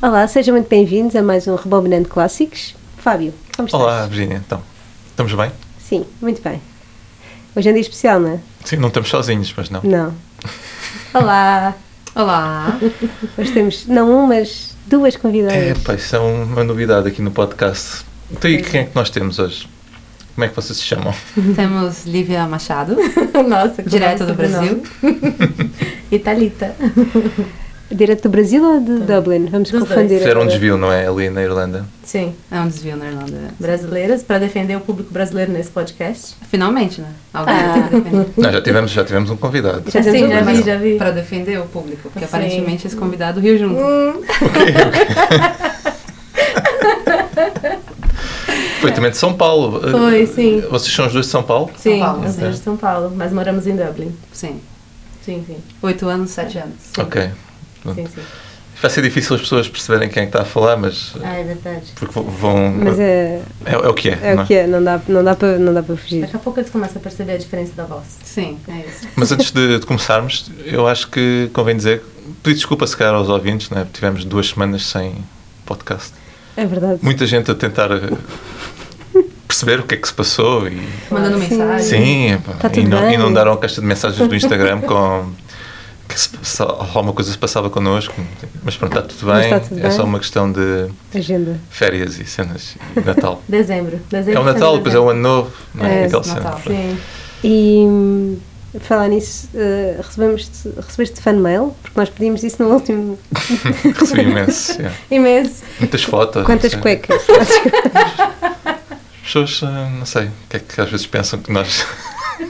Olá, sejam muito bem-vindos a mais um Rebobinando Clássicos. Fábio, como estás? Olá, Virginia. Então, estamos bem? Sim, muito bem. Hoje é um dia especial, não é? Sim, não estamos sozinhos, mas não. Não. Olá! Olá! Hoje temos, não um, mas duas É, convidadas. pá, isso é uma novidade aqui no podcast. Então, e quem é que nós temos hoje? Como é que vocês se chamam? Temos Lívia Machado, Nossa, é direto do Brasil. Italita. Direto do Brasil ou de Dublin? Vamos Dos confundir. dois. Fizeram um agora. desvio, não é? Ali na Irlanda. Sim. É um desvio na Irlanda. Brasileiras, para defender o público brasileiro nesse podcast. Finalmente, né? Alguém Ah. tem que defender. Não, já tivemos, já tivemos um convidado. Já Sim, temos já uma. vi, já vi. Pra defender o público, porque Sim. Hum. aparentemente esse convidado riu junto. Foi também de São Paulo. Foi, sim. Vocês são os dois de São Paulo? Sim, Paulo. nós É. somos de São Paulo, mas moramos em Dublin. Sim. Sim, sim. Oito anos, sete anos. Ok. Ah. Sim, sim. Vai ser difícil as pessoas perceberem quem é que está a falar, mas. Ah, é verdade. Porque vão. Mas é, é, é o que é. é não o que é, não dá, não dá para não dá para fugir. Daqui a pouco eles começam a perceber a diferença da voz. Sim, é isso. Mas antes de, de começarmos, eu acho que convém dizer, pedir desculpa se calhar aos ouvintes, né? tivemos duas semanas sem podcast. É verdade. Muita gente a tentar eh, perceber o que é que se passou e, Mandando Sim. mensagem. sim, epá, Tá tudo e não, bem. inundaram a caixa de mensagens do Instagram com que se passa- alguma coisa se passava connosco, mas pronto, está tudo Mas bem, está tudo é só bem. uma questão de Agenda. férias e cenas e Natal. Dezembro. Dezembro É o Natal, depois é o Ano Novo, não é? É, Aquela Natal. cena. Sim. E hum, falar nisso, eh, recebemos-te- recebeste fan mail, porque nós pedimos isso no último. Recebi imenso. yeah. Imenso. Muitas fotos. é. Quantas é não sei. cuecas? As pessoas, ah, não sei, o que é que às vezes pensam que nós.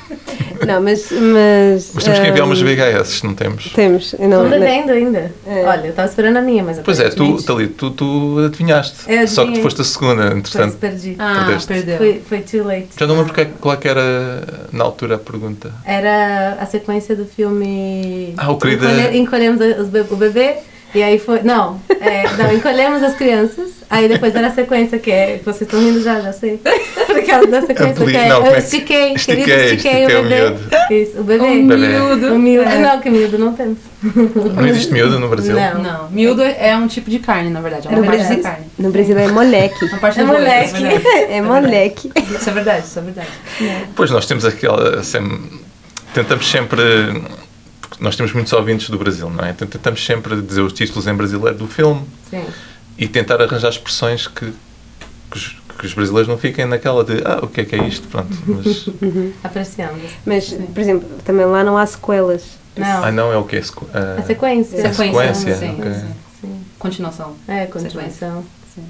não, mas. Mas, Mas temos que enviar umas hum, VHS, não temos? Temos. eu Não, Estão não- bebendo ainda. É. Olha, eu tava esperando a minha, mas Pois é, tu, aparentemente Thalita, tu, tu adivinhaste. Só Eu que tu É, adivinhei. foste a segunda, Pois, entretanto. perdi. Ah, Perdeste. perdeu. Foi, foi too late. Já não lembro qual é- qual é que era na altura a pergunta. Era a sequência do filme. Ah, o querido- Encolhe- Encolhemos os be- o bebê. E aí foi. Não, é, não, encolhemos as crianças. Aí depois era a sequência que é. Vocês estão rindo já, já sei. Por causa da sequência que Ampli- é. não, como eu é que- estiquei, estiquei, querido, estiquei, estiquei o o bebê. miúdo. Isso, o bebê. Um Bebê. miúdo. O miúdo. Não, que miúdo não temos. Não existe miúdo no Brasil? Não. Não, miúdo é um tipo de carne, na verdade. É No uma parte Brasil, da carne. no Brasil é moleque. Uma parte É do boi, moleque. isso é verdade. É moleque. Isso é verdade, isso é verdade. Pois nós temos aquela. Sempre, tentamos sempre. porque Nós temos muitos ouvintes do Brasil, não é? Então tentamos sempre dizer os títulos em brasileiro do filme Sim. e tentar arranjar expressões que, que, os, que os brasileiros não fiquem naquela de ah, o que é que é isto? Pronto, mas. Apreciamos. Mas, por exemplo, também lá não há sequelas. Não. Ah, não, é o que? Sequ... ah, A sequência. Sim. Sequência, sequência, sim, ok. sim. Sim. Continuação. É, continuação. Sim.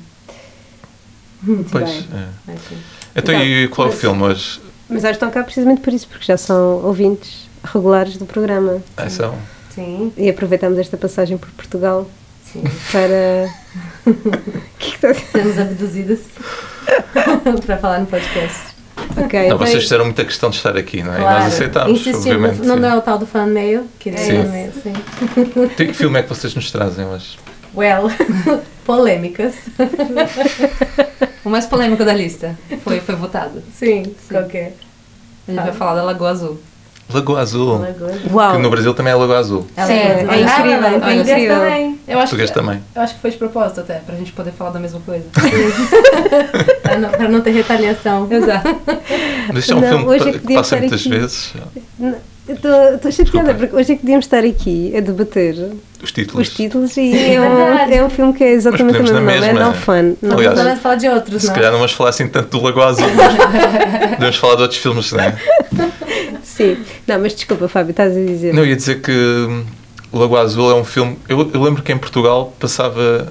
Muito Pois. bem. é. Assim. Então, e qual é o mas- filme hoje? Mas elas estão cá precisamente por isso, porque já são ouvintes regulares do programa. Ah, são. Sim, E aproveitamos esta passagem por Portugal sim. para. O que é que está a dizer? Sermos abduzidas para falar no podcast. Ok, Não, bem, vocês fizeram muita questão de estar aqui, não é? E nós aceitámos, Insistimos. obviamente. Não, não sim. é o tal do fan mail, que é Sim. fan mail, sim. Então, e Que filme é que vocês nos trazem hoje? Well, polêmicas. O mais polêmico da lista foi, foi votado. Sim, qualquer. A gente vai Fala. falar da Lagoa Azul. Lagoa Azul. Lagoa. Uau! Que no Brasil também é Lagoa Azul. Sim, é Ah, incrível, não, é é inglês incrível. também. Eu acho, Português que, também. eu acho que foi de propósito até, pra gente poder falar da mesma coisa. Para não, pra não ter retaliação. Exato. Mas isto é um Não, filme hoje que, é que pa- que podia passa estar muitas aqui. vezes. Não, eu Estou estou chateada Desculpa. porque hoje é que podíamos estar aqui a debater Os títulos. os títulos e Sim, é, um, verdade. é um filme que é exatamente o podemos mesmo na nome, é mesma. não fun. Não. Aliás, Pelo menos falar de outros, né? Se não? é? calhar não vamos falar assim tanto do Lagoa Azul, mas podemos falar de outros filmes, não é? Sim. Não, mas desculpa, Fábio, estás a dizer. Não, eu ia dizer que hum, Lagoa Azul é um filme. Eu, eu lembro que em Portugal passava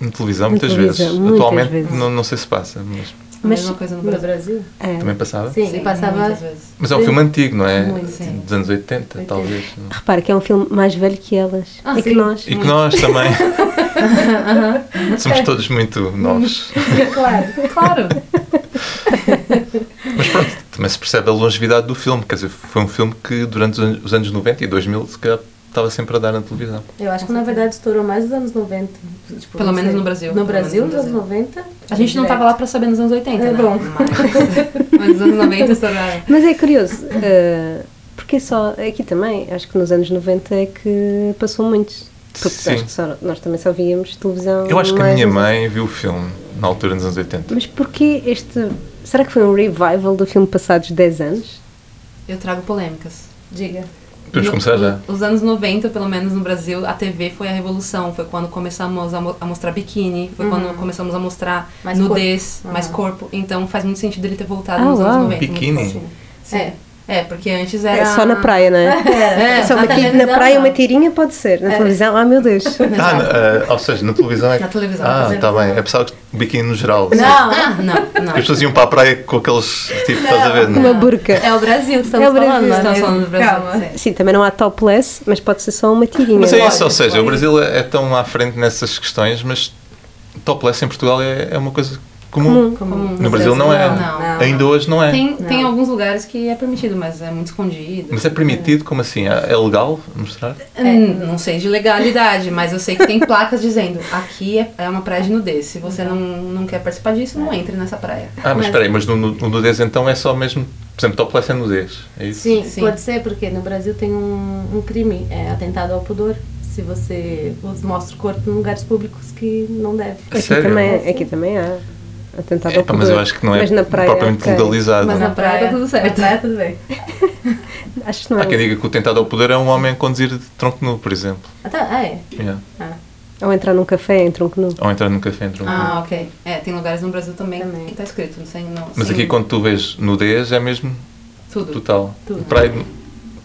na televisão Na muitas televisão, vezes. muitas Atualmente vezes. Não, não sei se passa, mas A Mas- mesma coisa no No Brasil. Brasil? É. também passava. Sim, e passava. muitas vezes. Mas é um filme antigo, não é? Muito. Sim. Dos anos 80, Oitenta. talvez. não? Repara que é um filme mais velho que elas Ah, e que sim. nós. E que nós também. Somos todos muito novos. Sim, claro. Claro. Mas pronto, também se percebe a longevidade do filme. Quer dizer, foi um filme que durante os an- os anos 90 e 2000 se calhar estava sempre a dar na televisão. Eu acho que na verdade estourou mais nos anos 90. tipo, Pelo não menos sei. no Brasil. No Pelo menos Brasil, no nos anos Brasil. 90. A gente não tava lá pra saber nos anos 80, É né? bom. Mas, mas nos anos 90 estouraram. Mas é curioso, eh, porque é só aqui também, acho que nos anos 90 é que passou muitos. Porque acho Sim. que só- nós também só víamos televisão. Eu acho que a mais- minha mãe viu o filme na altura dos anos 80. Mas porquê este. Será que foi um revival do filme passados 10 anos? Eu trago polêmicas. Diga. Podemos No- começar já. Os anos 90, pelo menos no Brasil, a TV foi a revolução. Foi quando começamos a, mo- a mostrar biquíni, foi quando começamos a mostrar Mais nudez, corpo. Uhum. mais Ah. corpo. Então faz muito sentido ele ter voltado Ah, nos uau. anos 90. muito Um Biquíni? fácil. Sim. É. É. porque antes É era. só na praia, não é? É, só uma na ti- na Ah. televisão, praia não. É. uma tirinha pode ser. Na televisão, ah meu Deus. Ah, na- ah, ou seja, na televisão é que- Na televisão, na Ah, tá televisão. bem. É pessoal que o biquíni no geral. Não, Ah, não, não. As pessoas iam para a praia com aqueles. Tipo, estás a ver? Com uma Não. burca. É o Brasil que estamos É o Brasil falando, que não é estamos mesmo? falando do Brasil. Calma. Sim, também não há topless, mas pode ser só uma tirinha. Mas não é é? isso, ou seja, o Brasil é, é tão à frente nessas questões, mas topless em Portugal é, é uma coisa comum. Comum. No Brasil não é. Não, não. Ainda hoje não é. Tem, tem alguns lugares que é permitido, mas é muito escondido. Mas é permitido, como assim? É é legal mostrar? É. Hum, Não sei de legalidade, mas eu sei que tem placas dizendo aqui é, é uma praia de nudez. Se você não, não quer participar disso, não entre nessa praia. Ah, mas espera aí, mas no, no no nudez então é só mesmo. Por exemplo, topless é nudez. É isso? Sim, Sim. pode ser, porque no Brasil tem um, um crime, é atentado ao pudor, se você os- mostra o corpo em lugares públicos que não deve. É Aqui sério? também, aqui também há. Atentado ao Epá, mas eu acho que não é Mas na praia, propriamente ok. legalizado. Mas na praia tá tudo certo. Na praia tudo bem. Acho que não Há quem é. diga que o tentado ao poder é um homem a conduzir de tronco nu, por exemplo. Ah, tá, ah, é. Yeah. Ah, Ou entrar num café em tronco nu. Ou entrar num café um em tronco nu. Ah, ok. É, tem lugares no Brasil também, Também. que tá escrito. Não sei, não, Mas sem aqui quando tá- tu vês nudez é mesmo Tudo. total. Tudo. Praia, de-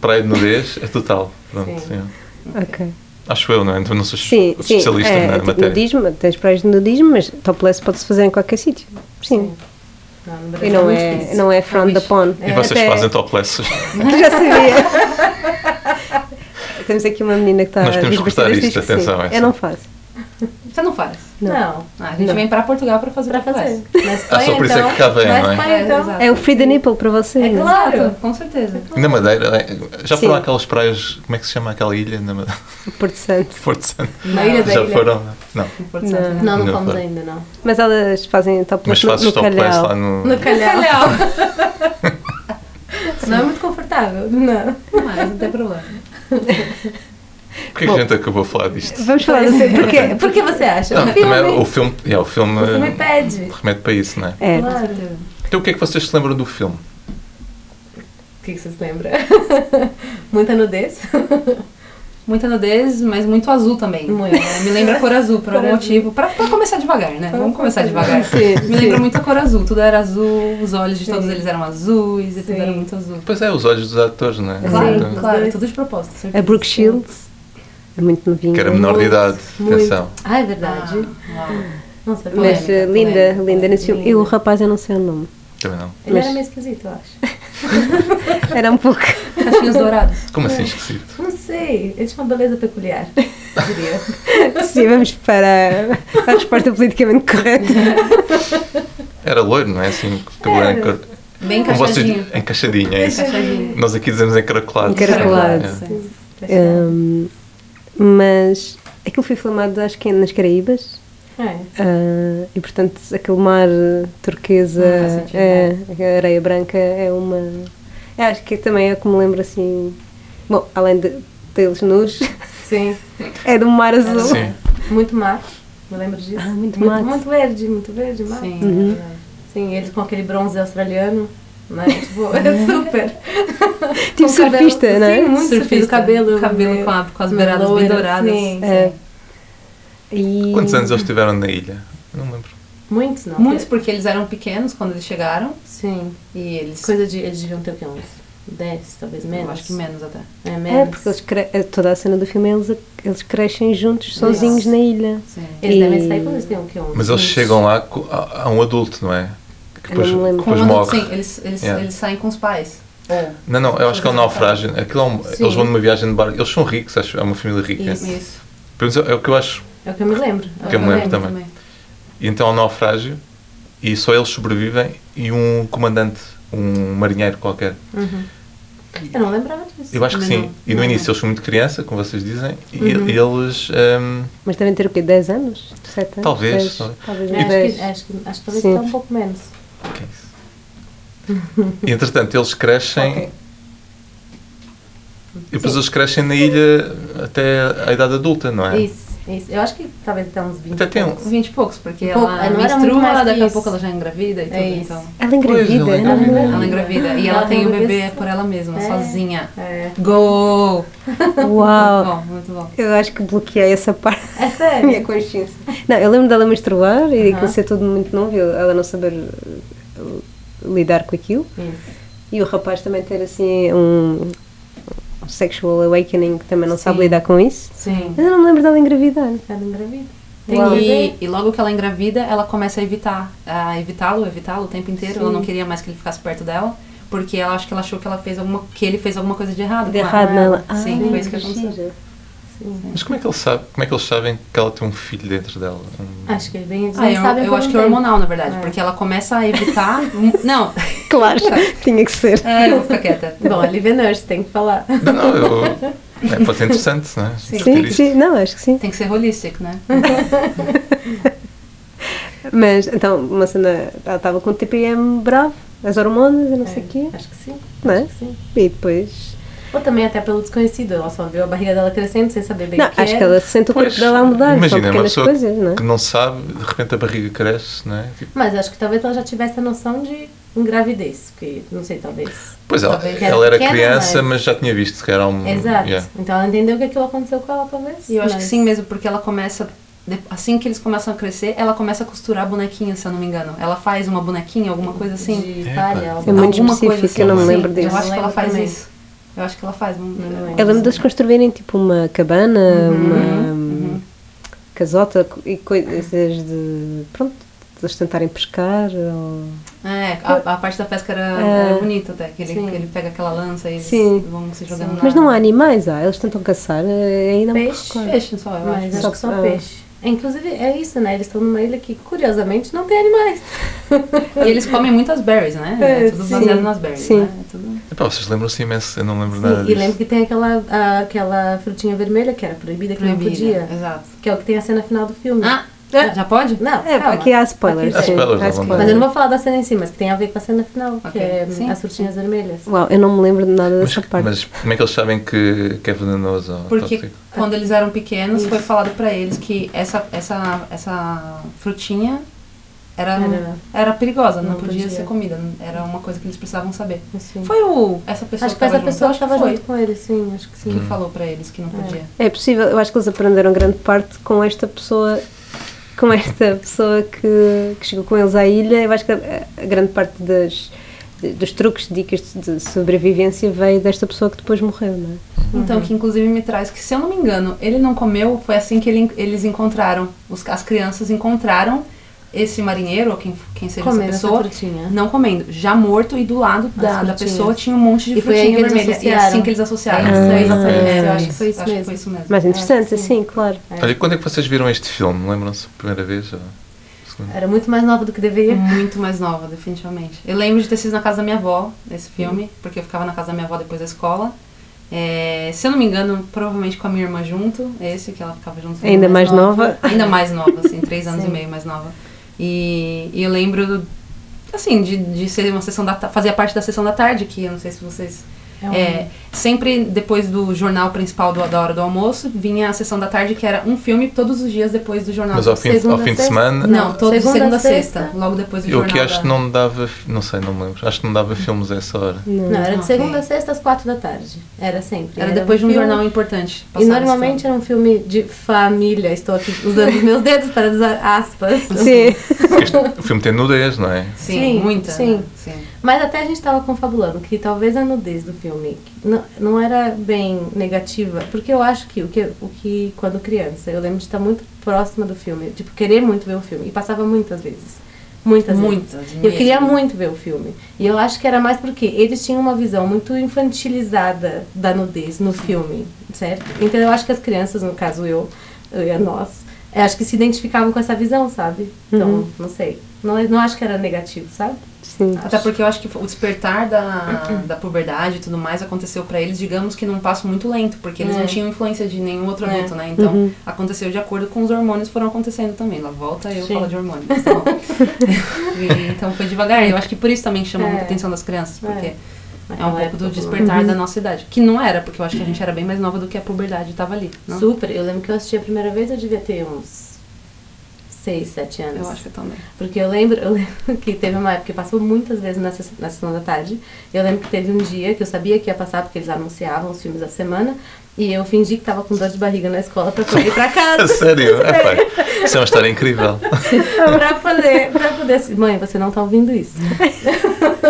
praia de nudez é total. Pronto, Sim. yeah. Ok. Acho eu, não é? Então não sou Sim, sim. especialista é, na tipo matéria. nudismo, tens praias de nudismo, mas topless pode-se fazer em qualquer sítio. Sim. não, no E Brasil não muito é, difícil. não é frowned Talvez. upon. E vocês Até- fazem topless. Já sabia. Temos aqui uma menina que tá está Nós temos que cortar desvestida, isto, diz que sim. atenção, é Eu não faço. Você não faz. Não. Não, Ah, a gente Não. vem pra Portugal pra fazer pra fazer. topless. Na Ah, Espanha, só por isso é então, que cá vem, na não é? Espanha, É, então. exato. É o free the nipple para vocês. É não claro. Exato, com certeza. na Madeira, é- já foram Sim. aquelas praias, como é que se chama aquela ilha na Madeira? Porto Santo. Porto Santo. Na ilha da já ilha. foram? Não. Em Porto Santo, né? Não, não Não fomos foi. ainda, não. Mas elas fazem Mas topless no, fazes no topless lá calhau. no. No calhau. Calhau. Não é muito confortável. Não. Mas não tem problema. Porquê que a gente acabou a falar disto? Vamos falar assim, porque... Por que você acha? Não, o também filme. o filme. É, o filme. O filme pede. Remete para isso, não é? É, Claro. Então o que é que vocês se lembram do filme? O que que vocês lembram? Muita nudez. Muita nudez, mas muito azul também. Muito. É, me lembra a cor azul, por Cor algum azul. motivo. Pra, pra começar devagar, né? Vamos começar devagar. Sim, Me lembra muito a cor azul, tudo era azul, os olhos de todos Sim. eles eram azuis, e tudo Sim. era muito azul. Pois é, os olhos dos atores, não é? Claro, Então, claro, tudo de propósito. a Brooke Shields é muito novinha. Que era menor de idade, Muito. atenção. Ah, é Ah, verdade. uau. Nossa, Mas Polêmica, eh, linda, polêmica. linda nesse filme. E o Linda. rapaz, eu não sei o nome. Também não. Ele era Mas- meio esquisito, eu acho. Era um pouco. Cachinhos dourados. Como assim esquisito? Não sei, ele tinha uma beleza peculiar, eu diria. Sim, assim, vamos para a resposta politicamente correta. Era loiro, não é? Assim, com o cabelo Era. encor... Bem Como vocês... encaixadinho. Encaixadinho, é isso. Encaixadinho. Nós aqui dizemos encaracolado. Encaracolado. É. Ahm, Hum, mas aquilo foi filmado, acho que nas Caraíbas. É. Ah, e portanto, aquele mar eh, turquesa, Não faz sentido, eh, a areia branca é uma. eu acho que também é como lembro assim. Bom, além de, deles nus, Sim, é do mar azul. Sim. muito mato, me lembro disso. Ah, muito muito, mato. muito verde, muito verde, mato. Sim, é verdade. Sim, eles com aquele bronze australiano, né? Tipo, é super. Tipo Com cabelo- surfista, não é? Sim, muito surfista. Surfista, O cabelo. cabelo meio- com, a- com as beiradas bem loiro, douradas. sim. É. E- Quantos anos eles tiveram na ilha? Não lembro. Muitos, não. Muitos porque eles eram pequenos quando eles chegaram Sim. e eles. Coisa de. Eles deviam ter o quê? Uns 10, talvez menos? Eu acho que menos até. É, É, menos. porque eles cre- eh, toda a cena do filme eles, eles crescem juntos, sozinhos na ilha. Sim. Eles E- devem sair quando eles têm o quê? Uns Mas eles 20? chegam lá co- a, a um adulto, não é? Que Eu não me lembro. depois Com um adulto, morre. sim, eles, eles, Yeah. eles saem com os pais. Ou Não, não, eu acho que é um naufrágio. Aquilo é um- Sim. eles vão numa viagem de barco. Eles são ricos, acho. É uma família rica. isso. isso. Pelo menos é o que eu acho. É o que eu me lembro. Que eu me lembro também. E então é um naufrágio e só eles sobrevivem e um comandante, um marinheiro qualquer. Uhum. Eu não lembrava disso. Eu acho que Também sim. não. E no início eles são muito criança, como vocês dizem, e Uhum. eles. hum, Mas devem ter o quê? 10 anos? 7 anos? Talvez, Dez? talvez. Talvez É, Acho uns 10. que, acho que, acho que talvez Sim. está um pouco menos. que é isso? E entretanto eles crescem. E depois eles crescem na ilha até a idade adulta, não é? Isso, isso. Eu acho que talvez até uns 20. Até tem um. 20 e poucos, porque Pouco, ela não era muito menstrua, mais que daqui a isso. É pouco ela já engravida e tudo, isso. então. Ela engravida. Pois, ela ela engravida. não- é? Ela engravida e ela, Ela tem o tem um bebê bebê por ela mesma, É. sozinha. É. Go! Uau! Bom, muito bom. Eu acho que bloqueei essa parte. É A sério? minha consciência. Não, eu lembro dela menstruar e Aham. aquilo ser tudo muito novo, eu- ela não saber uh, lidar com aquilo. Isso. E o rapaz também ter assim um, um sexual awakening que também não sabe Sim. lidar com isso. Sim. Mas eu não me lembro dela engravidar. Ela engravida. Tem- Uau. e, e logo que ela engravida, ela começa a evitar, a evitá-lo, evitá-lo o tempo inteiro. Sim. Ela não queria mais que ele ficasse perto dela, porque ela acho que ela achou que ela fez alguma, que ele fez alguma coisa de errado. De com errado ela. nela. Sim, Ah, foi isso que aconteceu. gira. Mas como é que eles sabem, como é que eles sabem que ela tem um filho dentro dela? Um- Acho que é bem. eles Ah, nem eu, sabem eu acho não que é tem. hormonal, na verdade, É. porque ela começa a evitar. não, Tá. Claro, tinha que ser. é, eu vou ficar quieta. Bom, a Liv é nurse, tem que falar. Não, não, eu... é, pode ser interessante, não é? Sim. Discutir Sim, isto. sim, não, acho que sim. Tem que ser holístico, né? Mas então, uma cena, ela estava com o TPM bravo, as hormonas e não É. sei o quê, Acho que sim. não é? Acho que sim. E depois. Ou também até pelo desconhecido, ela só viu a barriga dela crescendo sem saber bem Não, o que é. acho é que era. ela sente o corpo Pois, dela a mudar, são Imagina, uma pequenas pessoa coisas, não é? que não sabe, de repente a barriga cresce, não é? Tipo, Mas acho que talvez ela já tivesse a noção de engravidez, porque não sei, talvez. pois ela, Talvez ela era pequena, criança, mas- mas já tinha visto que era um. Exato. yeah. Então ela entendeu que aquilo aconteceu com ela, talvez. E eu acho que mas- sim mesmo, porque ela começa. de- Assim que eles começam a crescer, ela começa a costurar bonequinha, se eu não me engano. Ela faz uma bonequinha, alguma coisa assim. De Epa. palha, É alguma- muito específico, eu não me sim. lembro disso. Eu acho que ela Lembro faz também. isso. Eu acho que ela faz. Não, Não lembro. Eu lembro deles construírem tipo uma cabana, uma Uhum. casota co- e coisas de. Pronto, eles tentarem pescar. Ou... É, a, a parte da pesca era, era bonita até, que ele, Sim. que ele pega aquela lança e eles É. Sim. vão se jogando na Mas não há animais, há. Eles tentam caçar, eh, ainda me Peixe. recordo. Peixe só, eu Mas acho. acho que só Ah. peixe. É, Inclusive, é isso, né? Eles estão numa ilha que, curiosamente, não tem animais. E eles comem muitas berries, né? É É, tudo sim. baseado nas berries, Sim. né? É tudo- Epá, vocês lembram-se imenso, eu não lembro nada Sim, disso. e lembro que tem aquela, a- aquela frutinha vermelha que era proibida, que não podia. Exato. Que é o que tem a cena final do filme. Ah, É. já pode? Não, É, calma. aqui há spoilers. Aqui sim, há spoilers, há à Mas eu vontade. não vou falar da cena em si, mas que tem a ver com a cena final, Ok, que é sim. as frutinhas vermelhas. Uau, eu não me lembro de nada Mas, dessa parte. mas como é que eles sabem que, que é venenoso? ou Porque tóxico? quando eles eram pequenos, foi falado pra eles que essa, essa, essa frutinha era, Era- era perigosa, não, não podia, podia. ser comida. Era uma coisa que eles precisavam saber. Assim. Foi o... Essa pessoa acho que foi tava essa junto, pessoa que acho estava foi, junto com ele, sim, acho que sim. Hum. Que falou pra eles que não podia. É possível, eu acho que eles aprenderam grande parte com esta pessoa, com esta pessoa que, que chegou com eles à ilha. Eu acho que a, a grande parte das, de- dos truques, dicas de sobrevivência veio desta pessoa que depois morreu, não é? Uhum. Então, que inclusive me traz que, se eu não me engano, ele não comeu, foi assim que ele- eles encontraram, os- as crianças encontraram esse marinheiro, ou quem, quem seja Comendo essa essa pessoa, frutinha. não comendo, já morto, e do lado da, da frutinhas. pessoa tinha um monte de E foi aí frutinha que eles vermelha. E é associaram. assim que eles associaram. É isso, é isso, é Exatamente. isso, É, eu acho que foi isso acho que mesmo. foi isso mesmo. Mais interessante, Ah, sim. assim, claro. Olha, quando é que vocês viram este filme? Lembram-se da primeira vez? ou- Hum. Era muito mais nova do que deveria. Hum. Muito mais nova, definitivamente. Eu lembro de ter sido na casa da minha avó, esse Uhum. filme, porque eu ficava na casa da minha avó depois da escola. É, se eu não me engano, provavelmente com a minha irmã junto, esse que ela ficava junto. Ainda mais nova. nova. Ainda mais nova, assim, três anos Sim. e meio mais nova. E, e eu lembro, assim, de, de ser uma sessão da ta- fazia parte da sessão da tarde, que eu não sei se vocês. É um- é, sempre depois do jornal principal do, da hora do almoço, vinha a sessão da tarde, que era um filme todos os dias depois do jornal. Mas ao fim, ao segunda, fim de sexta? semana, Não, todo segunda, Segunda, segunda sexta, sexta. logo depois do eu jornal. que acho da- que não me dava. Não sei, não me lembro. Acho que não dava filmes a essa hora. Não, era de Ok. segunda a sexta às quatro da tarde. Era sempre. Era depois de um filme- jornal importante. E passava normalmente era um filme de família. Estou aqui usando os meus dedos para usar aspas. Sim, Porque este- o filme tem nudez, não é? esse filme. Sim, Sim, muita. sim. né? sim. Mas até a gente estava confabulando que talvez a nudez do filme não, não era bem negativa, porque eu acho que o que, o que quando criança, eu lembro de estar muito próxima do filme, tipo, querer muito ver o filme, e passava muitas vezes. Muitas, Muitas vezes. mesmo. Eu queria muito ver o filme. E eu acho que era mais porque eles tinham uma visão muito infantilizada da nudez no filme, certo? Então eu acho que as crianças, no caso eu, eu e a nós, eu acho que se identificavam com essa visão, sabe? Então, Uhum. não sei. Não, não acho que era negativo, sabe? sim. Até porque eu acho que o despertar da, da puberdade e tudo mais aconteceu pra eles, digamos que num passo muito lento, porque eles não tinham influência de nenhum outro adulto, né? Então, aconteceu de acordo com os hormônios que foram acontecendo também. Lá volta eu Sim. falo de hormônios. tá Então, E, então foi devagar. Eu acho que por isso também chama É. muita atenção das crianças, porque É um naquela pouco época, do como- despertar da nossa idade. Que não era, porque eu acho que a gente era bem mais nova do que a puberdade estava ali. Uhum. Não? Super. Eu lembro que eu assisti a primeira vez, eu devia ter uns 6, 7 anos. Eu acho que também. Porque eu lembro, eu lembro que teve uma época que passou muitas vezes na, ses- na sessão da tarde. Eu lembro que teve um dia que eu sabia que ia passar, porque eles anunciavam os filmes da semana. E eu fingi que tava com dor de barriga na escola pra poder ir pra A casa. sério? É, pá, isso é uma história incrível. pra poder, pra poder. Mãe, você não tá ouvindo isso.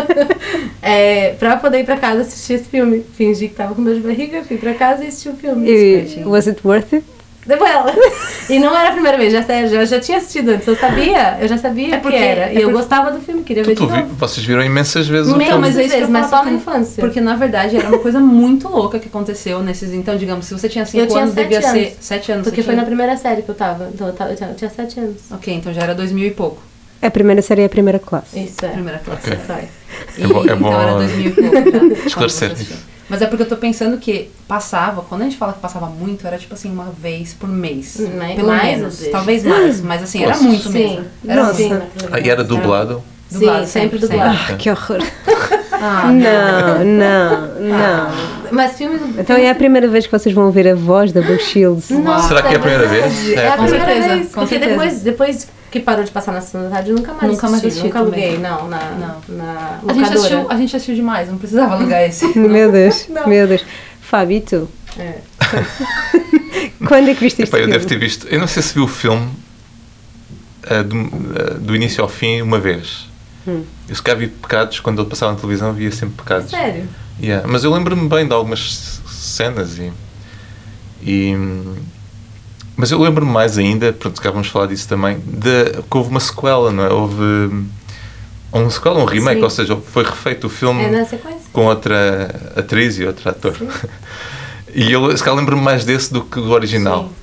é, pra poder ir pra casa assistir esse filme. Fingi que tava com dor de barriga, fui pra casa e assisti o filme. E, was it worth it? Deu ela. E não era a primeira vez, já, sério, eu já tinha assistido antes, eu sabia, eu já sabia É porque- que era. é e eu porque- gostava do filme, queria Tu, ver Então tu de vi- novo. vocês viram imensas vezes o Meu, filme. mas é isso que eu vezes, mas falo só Então, na infância. Porque na verdade era uma coisa muito louca que aconteceu nesses. Então, digamos, se você tinha 5 Eu tinha anos, sete devia ser anos. 7 anos. Porque você foi na tinha... primeira série que eu tava, então eu, tava, eu tinha, eu tinha sete anos. Ok, então já era 2000 e pouco. A primeira série é a primeira classe. Isso é. Primeira classe. Ok. Sorry. E, É bom- é bom- né? Então era 2000 e pouco. já, quando Esclarecer. você assistiu. Mas é porque eu tô pensando que passava, quando a gente fala que passava muito, era tipo assim, uma vez por mês. Me- pelo Hum, né? mais, às menos. vezes. Talvez mais, mas assim, era Nossa. muito Sim. mesmo. Era Nossa. muito. Ah, e era dublado? Dublado, Sim, sempre sempre, dublado. Ah, que horror. Ah, Não, não, Ah. não. Mas filmes. Então é a primeira vez que vocês vão ouvir a voz da Brooke Shields. Nossa, Será que é a primeira verdade. vez? É É, a com primeira certeza, vez. com Porque certeza. depois, depois que parou de passar na segunda tarde, eu nunca mais Nunca mais assisti Nunca também. aluguei, não, na, Não. na A gente, locadora. assistiu, a gente assistiu demais, não precisava alugar esse. Meu Deus, Não. meu Deus. Fábio, e tu? É. Quando é que viste isto? Epá, eu devo ter visto. Eu não sei se vi o filme ah, do, ah, do início ao fim uma vez. Hum. Eu se calhar vi pecados quando ele passava na televisão, via sempre pecados. É Sério. Yeah, Mas eu lembro-me bem de algumas cenas e. e mas eu lembro-me mais ainda, pronto, cá vamos falar disso também, de que houve uma sequela, não é? Houve hum, uma sequela, um remake, Sim. ou seja, foi refeito o filme É na sequência. com outra atriz e outro ator. e eu se calhar lembro-me mais desse do que do original. Sim, sim.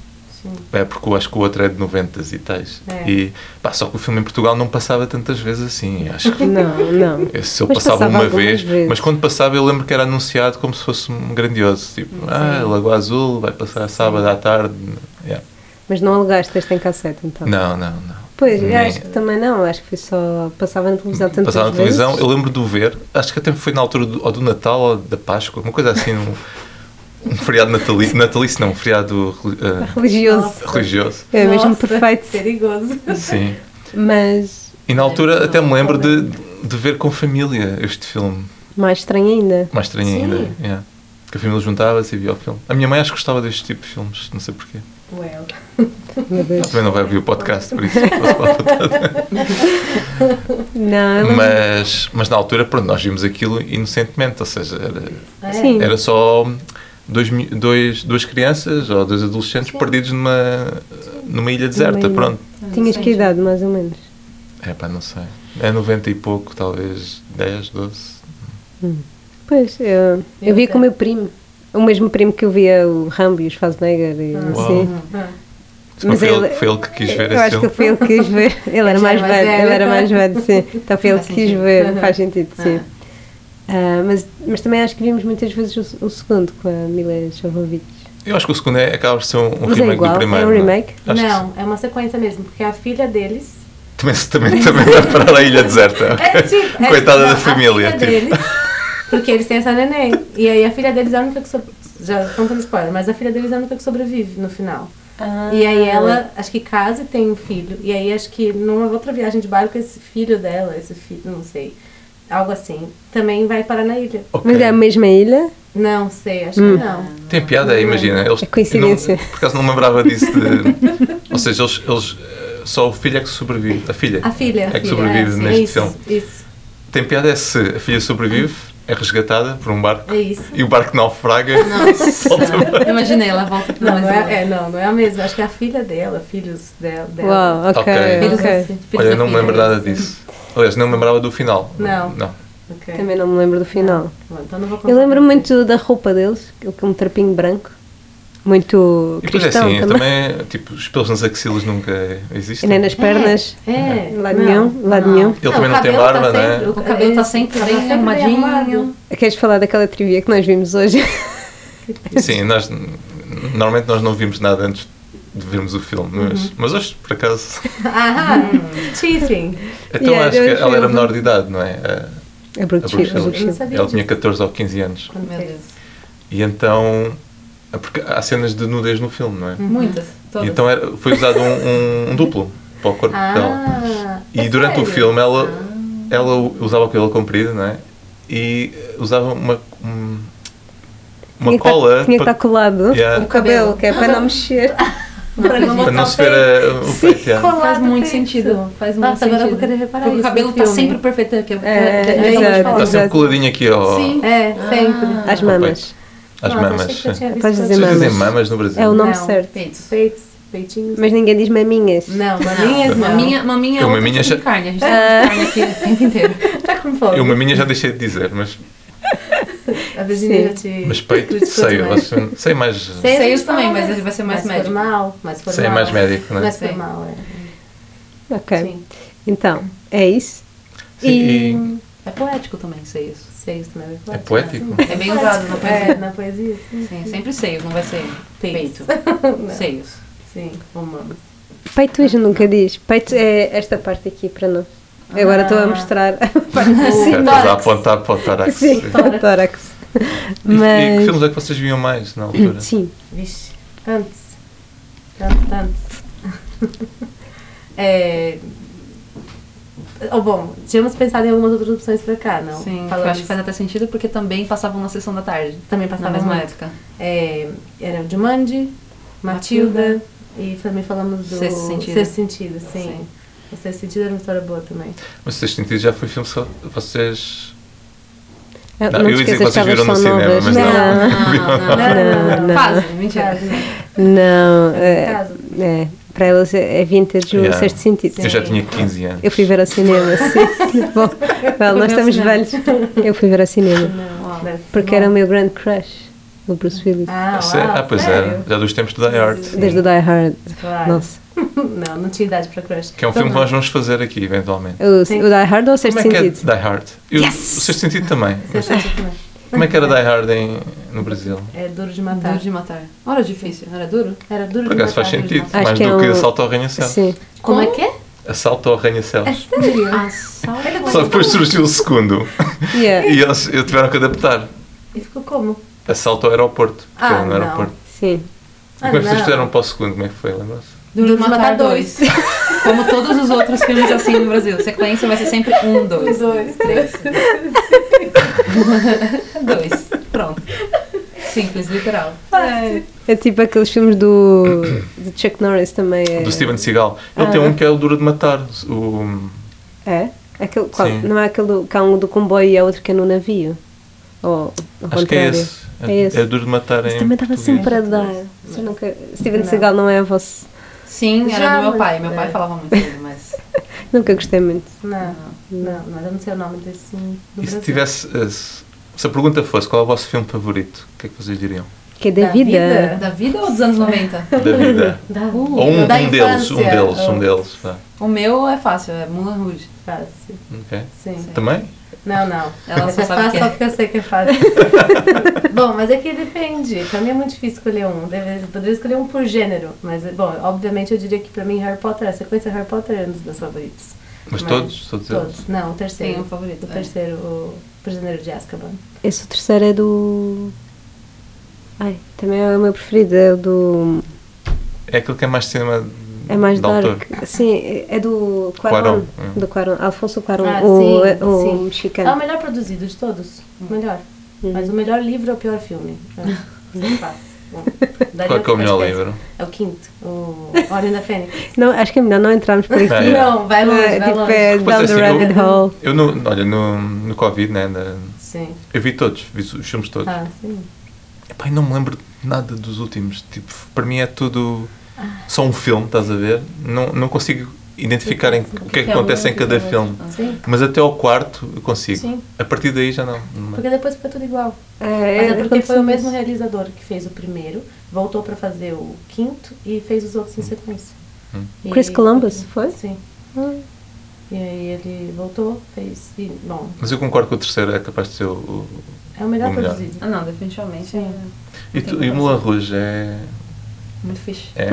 É, porque eu acho que o outro é de 90 e tais. É. E, pá, só que o filme em Portugal não passava tantas vezes assim. Acho que Não, não. se eu Mas passava, passava uma algumas vez, vezes. mas quando passava eu lembro que era anunciado como se fosse um grandioso. Tipo, ah, Lagoa Azul vai passar sábado à tarde. Yeah. Mas não alugaste este em cassete, então? Não, não, não. Pois, eu Nem- acho que também não. Acho que foi só... Passava na televisão tantas Passava na vezes. televisão, eu lembro de o ver, acho que até foi na altura do, ou do Natal ou da Páscoa, uma coisa assim, um, um feriado natalício, natalício não, um feriado eh, Religioso. religioso. É mesmo Nossa, perfeito. Perigoso. Sim. Mas E na altura até me lembro de, de ver com família este filme. mais estranho ainda. Mais estranho Sim. ainda. Yeah. Que a família juntava-se e via o filme. A minha mãe acho que gostava deste tipo de filmes, não sei porquê. Well. Meu Ela Deus. também não vai ouvir o podcast, por isso não posso falar tanto. Não, eu lembro- mas, mas na altura, pronto, nós vimos aquilo inocentemente, ou seja, era, É. Sim. era só dois, mi- dois, duas crianças ou dois adolescentes perdidos numa, numa ilha deserta, ilha. pronto. Tinhas que idade, mais ou menos. É pá, não sei. É 90 e pouco, talvez 10, 12. Pois, eu, eu Eu via com o até- meu primo. O mesmo primo que eu via o Rambo e os Schwarzenegger e Uau. assim. Ah. Se não Mas foi, ele- é, ele, foi ele que quis ver eu esse acho que filme. foi ele que quis ver. Ele era já mais era mais velho, ele velho. tá. era mais velho, sim. Então foi ele Faz que quis sentido. ver, Aham. faz sentido, sim. Ah. Ah, mas, mas também acho que vimos muitas vezes o, o segundo com a Mila Jovovich. Eu acho que o segundo é, acaba por ser um, um Mas é remake igual, do é primeiro. um não é? remake. Acho que sim. Não, é uma sequência mesmo, porque a filha deles. Também, também, também vai parar a ilha deserta. ok? tipo, É. Coitada não, da a família. filha tipo. deles, porque eles têm essa neném. E aí a filha deles é a única que sobrevive. Já contando spoiler, mas a filha deles é a única que sobrevive no final. Ah. Ah. E aí ela, acho que casa e tem um filho. E aí acho que numa outra viagem de barco, esse filho dela, esse filho, não sei, algo assim, também vai parar na ilha. Ok. Mas é a mesma ilha? Não sei, acho que não. Tem piada, imagina. Eles, É coincidência. eu Não, por acaso não me lembrava disso. de- ou seja, eles, eles, eh, só o filho é que sobrevive. A filha, A filha. é a que filha, sobrevive sim, neste isso, filme. Isso, Tem piada é se a filha sobrevive, é resgatada por um barco é isso. e o barco naufraga. Nossa, eu imaginei, ela volta pra Não, mais não uma. é, é, não, não é a mesma. Acho que é a filha dela, filhos dela. dela. Uau, ok, Ok. ok. Filhos da- filhos Olha, eu da não me filha, é lembro nada isso. disso. Aliás, não me lembrava do final. Não. Não. Ok. Também não me lembro do final. Bom, então não vou contar Eu lembro pra muito da roupa deles, com um trapinho branco. Muito E depois é cristão assim, eu também. também, tipo, os pelos nas axilas nunca existem. E nem nas vocês. pernas. É, é. Lado não, nenhum, lado não. nenhum. Ele também o não tem cabelo tá barba, né? sempre- O cabelo tá sempre cabelo bem tá sempre bem arrumadinho. Queres falar daquela trivia que nós vimos hoje? Sim, nós normalmente nós não vimos nada antes de vermos o filme, mas, Uhum. mas hoje, por acaso. Aham, cheating. Então Yeah, acho que eu achei ela era horrível. menor de idade, não é? A- A Brooke A Brooke Shields. Eu não sabia Ela tinha disso. 14 ou 15 anos. Meu Deus. E então. Porque há cenas de nudez no filme, não é? Uhum. Uhum. Muitas. Todas. E então era- foi usado um, um- um duplo para o corpo dela. Ah, Então, E é durante o sério? filme ela, Ah. ela usava o cabelo comprido, não é? E usava uma, um- uma Tinha que tá- Tinha cola que para- estar colado Yeah. o cabelo, que é para não mexer. Pra não para não mostrar se o ver peito. a- eh, o Sim. peito. yeah. Colado Faz muito feito. sentido. Faz muito Nossa, sentido. agora eu vou querer reparar Porque isso o cabelo no tá filme. sempre perfeito. Que, que, É, que- é, que- exato. Está Tá sempre Exato. coladinho aqui ó, Sim. É, sempre. As Ah, mamas. às Nossa, mamas. achei que eu sim. tinha Podes visto quando dizer Vocês eu- dizem mamas. mamas no Brasil? É o nome Não. certo. Peitos. Peitos, peitinhos. Mas ninguém diz maminhas. Não, maminhas não. É. Maminha, maminha é Eu, outro maminha tipo já- de carne. A gente tá com carne aqui o tempo inteiro. Tá com fome. Eu, maminha, já deixei de dizer, mas, A Virginia já Sim. te... mas peito, criticou sei, eu demais. acho- sei mais, Seios Seios a gente fala também, mas mais- ele vai ser mais médico. formal, mais formal. sei mais médico, não é? Mais Sim. formal, é. Ok. Sim. Então, é isso. Sim, e- É poético também sei isso. Seios também é poético. É bem usado na É, poesia. na poesia, sim. Sim, sempre seios, não vai ser peito. Peitos. Seios. Sim, ou mamas. Peito a gente nunca diz. Peito é esta parte aqui para nós. Agora estou a mostrar a parte assim. Certo, Estás a apontar para o tórax. Sim, o tórax. E, e que Mas. filmes é que vocês viam mais na altura? Sim, Vixe, tantos. Tantos, tantos. é... Oh, bom, tínhamos pensado em algumas outras opções pra cá, não? Sim, Falando eu acho que isso. faz até sentido porque também passavam na sessão da tarde. Também Na passava mesma muito. época. É, era o Jumanji, Matilda, e também falamos do Sexto Sentido. Sexto Sentido, sim. Sim. O Sexto Sentido era uma história boa também. Mas vocês sentido já foi filme só. Vocês. Eu- Não, não, eu ia te dizer que esqueças que vocês elas viram no são cinema, novas. mas não, não. Não, não, não, não. Quase, mentira. Quase, né? não, é, Caso. é, para elas é é vintage o Yeah. sexto sentido. Eu já tinha 15 anos. Eu fui ver ao cinema, sim. Bom, well, ver ao nós estamos cinema. velhos. Eu fui ver ao cinema. Não, Uau. deve ser Porque bom. era o meu grande crush, o Bruce Willis. Ah, Ah, sé- uau, ah, pois sério? era. Já dos tempos do Die Hard. Desde o Die Hard. Claro. Nossa. Não, não tinha idade pra crush. Que é um Então, filme que nós vamos fazer aqui, eventualmente. O, Sim. o Die Hard ou o sexto Como é que é sentido? Die Hard? Eu, O sexto sentido também. Mas Sexto Sentido também. como é que era Die Hard em- no Brasil? É duro de Duro matar. de matar. Hora difícil, era duro? Era duro Por de acaso matar. faz sentido. Acho Mais que é do que o- assalto ao arranha-céu. Sim. Como é que é? Assalto ao arranha-céu. É sério? Ah. Assalto. é Só depois surgiu o segundo. Yeah. E eles eles tiveram que adaptar. E ficou como? Assalto ao aeroporto. porque Ah, era no não. aeroporto. Sim. E como Ah, é que vocês não. fizeram para o segundo? Como é que foi? Lembram-se? Duro de Duro de matar Matar dois. Como todos os outros filmes assim no Brasil. Sequência vai ser sempre um, dois. Dois. Três. dois. Pronto. Simples, literal. Fácil. É tipo aqueles filmes do, do Chuck Norris também. É, Do Steven Seagal. Ele Ah. tem um que é o Duro de Matar. O... É? Aquele, qual- Sim. não é aquele do, que há um do comboio e há outro que é no navio? Ou ao Acho que é contrário? esse. É esse. o Duro de Matar Mas em também estava português. sempre a dar. Vocês nunca- Steven Não. Seagal não é vosso. Sim, era Já, do meu mas- pai. Meu é. pai falava muito dele, mas. Nunca gostei muito. Não, não. não, mas eu não sei o nome desse. Do E se Brasil. tivesse... eh, Se se a pergunta fosse qual é o vosso filme favorito, o que é que vocês diriam? Que é da, Da vida? Da vida ou dos anos 90? Da vida. Da Uh, Ou um, da um deles, um infância. deles, um Oh, deles. vá. O meu é fácil, é Mulan Rouge. Fácil, Ok. sim. Também? Não, não. Ela Essa só é sabe que fácil é. só porque eu sei que é fácil. bom, mas é que depende. Pra mim é muito difícil escolher um. Deve- Eu poderia escolher um por gênero. Mas, bom, obviamente eu diria que pra mim Harry Potter, a sequência Harry Potter é um dos meus favoritos. Mas todos? Todos eles? Todos. Não, o Tem terceiro. um favorito. O é. terceiro, o Prisioneiro de Azkaban. Esse terceiro é do. Ai, também é o meu preferido. É o do. É aquele que é mais cinema É mais de autor. dark. Sim, é do Cuarón. Cuarón, é. Do Cuarón. Alfonso Cuarón, Ah, o, sim, o sim. É o mexicano. melhor produzido de todos. O melhor. Uhum. Mas o melhor livro é o pior filme. É. Fácil. Bom, Qual é daria que é o outro melhor podcast. livro? É o quinto. O Ordem da Fênix. Não, acho que é melhor não entrarmos por aqui. Ah, é. Não, vai longe, É, vai tipo, longe. é Pois down é, the sim, eu- rabbit hole. Eu no, olha, no, no Covid, né? na- Sim. eu vi todos, vi os filmes todos. Ah, sim. Epá, eu não me lembro de nada dos últimos. Tipo, para mim é tudo Ah. só um filme, estás a ver? Não, não consigo identificar em- o que é que acontece um, em o que é cada outro. filme. Ah. Sim. Mas até ao quarto eu consigo. Sim. A partir daí já não. não é. Porque depois fica tudo igual. É, Mas é porque foi o aconteceu mesmo isso. realizador que fez o primeiro, voltou pra fazer o quinto e fez os outros em sequência. Hum. E- Chris Columbus, foi? Sim. Hum. E aí ele voltou, fez. E, bom, Mas eu concordo que o terceiro é capaz de ser o. o- é o melhor O melhor. produzido. Ah, não, definitivamente. Sim. É E, tu, e o Moulin Rouge é. muito fixe. é.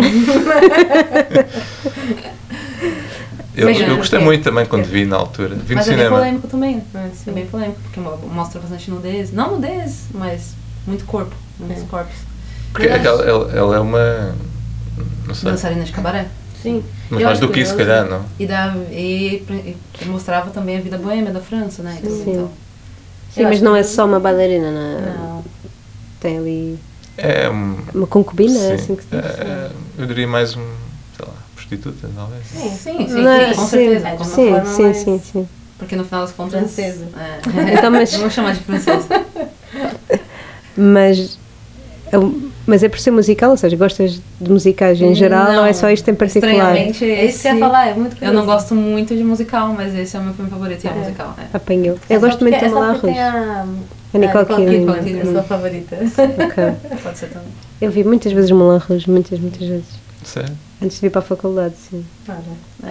Eu, Mas, eu gostei ok. muito também quando vi na altura. Vi no mas é bem cinema. polêmico também. Ah, É sim. bem polêmico, porque mo- mostra bastante nudez. Não nudez, mas muito corpo, muitos É. corpos. Porque Eu acho- ela, ela- ela é uma. Não sei. Dançarina de cabaré. Sim. Mas Eu mais acho do é que isso, se curioso. calhar, não? E, da, e, pre- e mostrava também a vida boêmia da França, né? e tudo, Sim. Então, Sim, mas não é só uma bailarina, não. é? não. Tem ali É um. uma concubina, sim, é assim que se diz. é, eu diria mais um. Sei lá, prostituta, talvez. Sim, sim, sim, Não, assim, com certeza. é com- uma Sim, forma sim, mais- sim, sim. Porque no final das contas. Francesa. É. Então, mas- Vamos chamar de francesa. Mas, é um- mas é por ser musical, ou seja, gostas de musicais em geral Não. ou é só este em particular? Estranhamente, É isso que esse- eu ia falar, é muito Eu não gosto muito de musical, mas esse é o meu filme favorito, e é, É. musical. É. Apanhou. Eu gosto muito de da Malá Russo. Tem é a, A Nicole Kidman. Hum. é a sua favorita. Ok. Pode ser também. Eu vi muitas vezes Moulin Rouge, muitas, muitas vezes. Sério? Antes de vir para a faculdade, sim. Olha,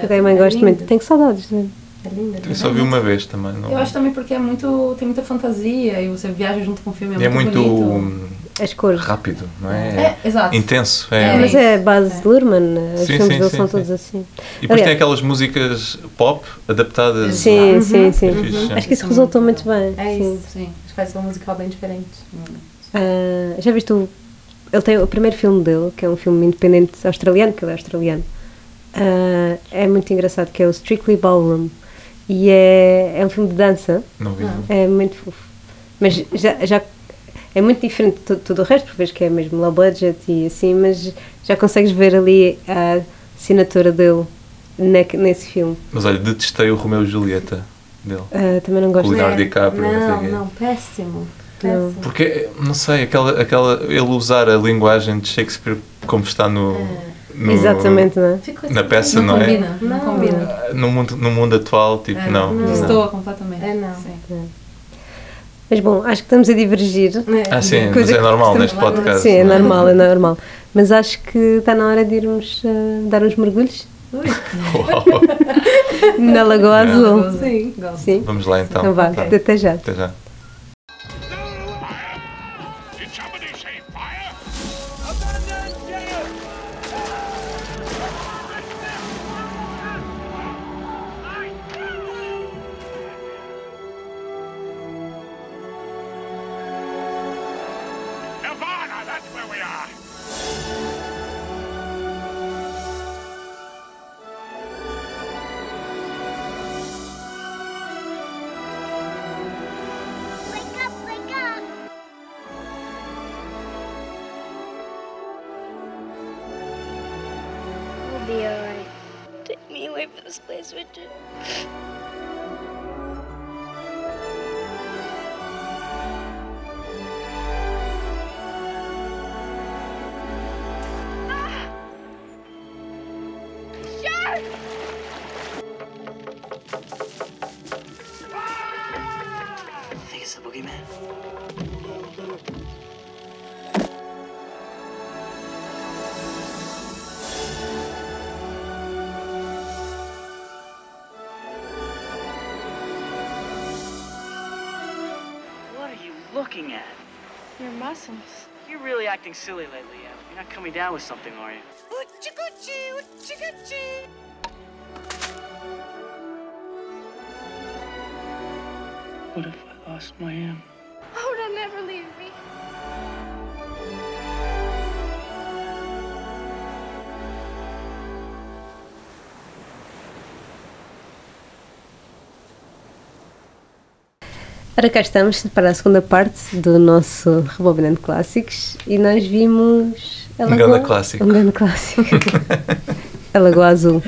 Eu também é gosto lindo. muito. Tenho saudades, né? É linda. Eu só vi uma vez também. Não... Eu acho também porque é muito. tem muita fantasia e você viaja junto com o filme, é e é muito, muito hum, bonito. As cores. rápido, não é? É, exato. Intenso. É, É. Mas é a base de Lurman, né? os Sim, filmes sim, dele sim, são sim. todos assim. E depois tem Aliás- aquelas músicas pop adaptadas. Sim, sim, sim. É fixe, Uhum. Acho é. que isso resultou muito bem. É sim. isso. Sim. Faz um musical bem diferente. Ah, já viste o. Ele tem o primeiro filme dele, que é um filme independente australiano, que ele é australiano. Ah, é muito engraçado, que é o Strictly Ballroom. E é, é um filme de dança, Não vi. não. é muito fofo. Mas já, já é muito diferente de tu- tudo o resto, porque vês que é mesmo low budget e assim, mas já consegues ver ali a assinatura dele ne- nesse filme. Mas olha, detestei o Romeu e Julieta dele. Ah, também não gosto Cuidado. Leonardo É. DiCaprio, não Não, sei o quê. não, péssimo. Péssimo. Porque, não sei, aquela, aquela, ele usar a linguagem de Shakespeare como está no. Ah, no Exatamente, não é? Fico Na assim, peça, não não, é? combina, não Não. combina. No mundo, no mundo atual, tipo, É, não. não. não. Estou completamente. É, não. Sim. Mas bom, acho que estamos a divergir. É. Ah, sim, mas Coisa é que normal estamos neste lá no- podcast. Sim, é não normal, é normal. Mas acho que está na hora de irmos eh, dar uns mergulhos É. Uau. na Lagoa É. Azul. Sim. Gosto. Sim, Vamos lá então. então vá, Tá. até já. Até já. Did somebody say fire? Nirvana, that's where we are. Wake up, wake up! We'll be alright. Take me away from this place, Richard. I think it's the boogeyman. What are you looking at? Your muscles. You're really acting silly lately, Ev. You're not coming down with something, are you? What if I lost my am? Oh, don't ever leave me. Ora, cá estamos para a segunda parte do nosso Rebobinando Clássicos e nós vimos. a Um grande Lagoa- clássico. Um grande clássico. a Lagoa Azul.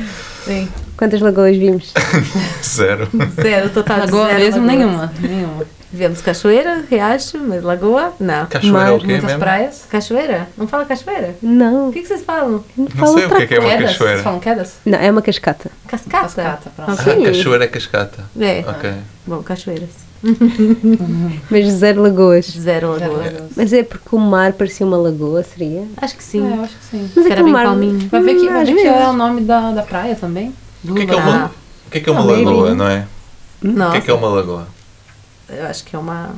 Sim. Quantas lagoas vimos? Zero. Zero, total de Lagoa zero É, mesmo, lagoas. nenhuma. Nenhuma. Vemos cachoeira, riacho, mas lagoa, não. Cachoeira é o quê Muitas mesmo? praias. Cachoeira? Não fala cachoeira? Não, O que, que vocês falam? não Não fala sei o que é, que é uma quedas? Vocês cachoeira. falam quedas? Não, é uma cascata. Cascata? Cascata, pronto. Ah, Ok. cachoeira é cascata. É. Ok. Bom, cachoeiras. Mas zero lagoas. Zero Zero lagoa. lagoas. Mas é porque o mar parecia uma lagoa, seria? Acho que sim. É, eu acho que sim. Mas é Que era que o bem mar. calminho. Vai ver que, Hum, vai às ver que vezes. é o nome da, da praia também. O que é que é uma, o que é que é uma Ah, maybe. lagoa, não é? O Nossa, que é que é uma lagoa? eu acho que é uma...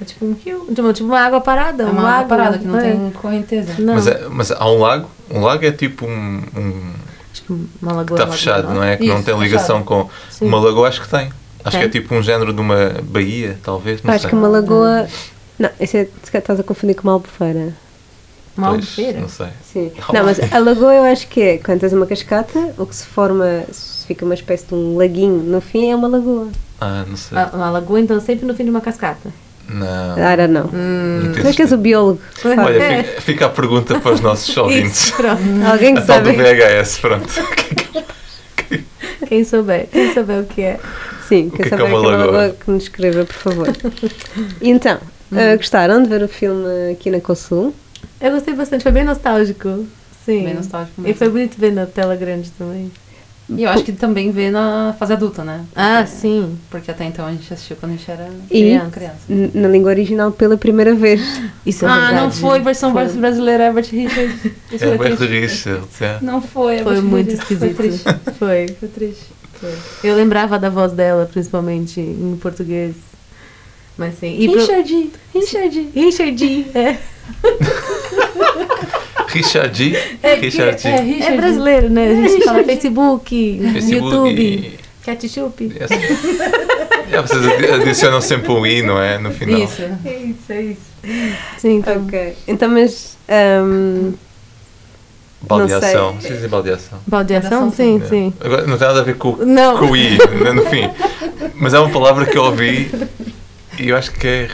É tipo um rio, tipo tipo uma água parada. É um uma lago. água parada que não É. tem correnteza. Não. Mas, é- mas há um lago? Um lago é tipo um. um- Acho que uma lagoa. Está uma fechado, lagoa, não é? Que não Isso, tem ligação fechado. com. Sim. Uma lagoa acho que tem. Acho que é Tem? tipo um género de uma baía, talvez. Não Acho sei. que é uma lagoa. Não, isso é, se calhar estás a confundir com uma albufeira. Uma Pois, albufeira. Não sei. Sim. Não, mas a lagoa eu acho que é quando tens uma cascata, o que se forma, se fica uma espécie de um laguinho no fim, é uma lagoa. Ah, não sei. Ah, Uma lagoa, então, sempre no fim de uma cascata. Não. Ah, era não. não Tu é que és o biólogo. Hum. Olha, fica, fica a pergunta para os nossos ouvintes. Isso, pronto. Alguém que A tal do sabe. VHS, pronto. Quem souber, quem souber o que é. Sim, que quem é que sabe é uma aquela lagoa? lagoa que nos escreva, por favor. E então, ah, gostaram de ver o filme aqui na Consul? Eu gostei bastante, foi bem nostálgico. Sim. Bem nostálgico E mesmo. foi bonito ver na tela grande também. E eu acho que também vê na fase adulta, né? Ah, sim. Porque até então a gente assistiu quando a gente era E Criança. criança. n- na língua original pela primeira vez. Isso é ah, verdade. não foi versão Foi. brasileira, Herbert Richards. Isso É o triste. Berto Richard. é. Não foi, Foi Herbert muito Richards. esquisito. Foi triste. Foi. Foi triste. Eu lembrava da voz dela, principalmente em português. Mas sim. E pro- Richard, Richard. Richard. É, Richard G. Richard G. é, é brasileiro, né? A gente fala Facebook, Facebook YouTube, e- ketchup. Yes. É, vocês adi- adicionam sempre um i, não é? No final. Isso. É isso, é isso. Sim, então. Ok. Então, mas. ehm, ahm, Baldeação. Não sei. Vocês dizem baldeação. Baldeação? Sim, É. sim. Agora, não tem nada a ver com, Não. com o i, né, no fim. Mas é uma palavra que eu ouvi e eu acho que é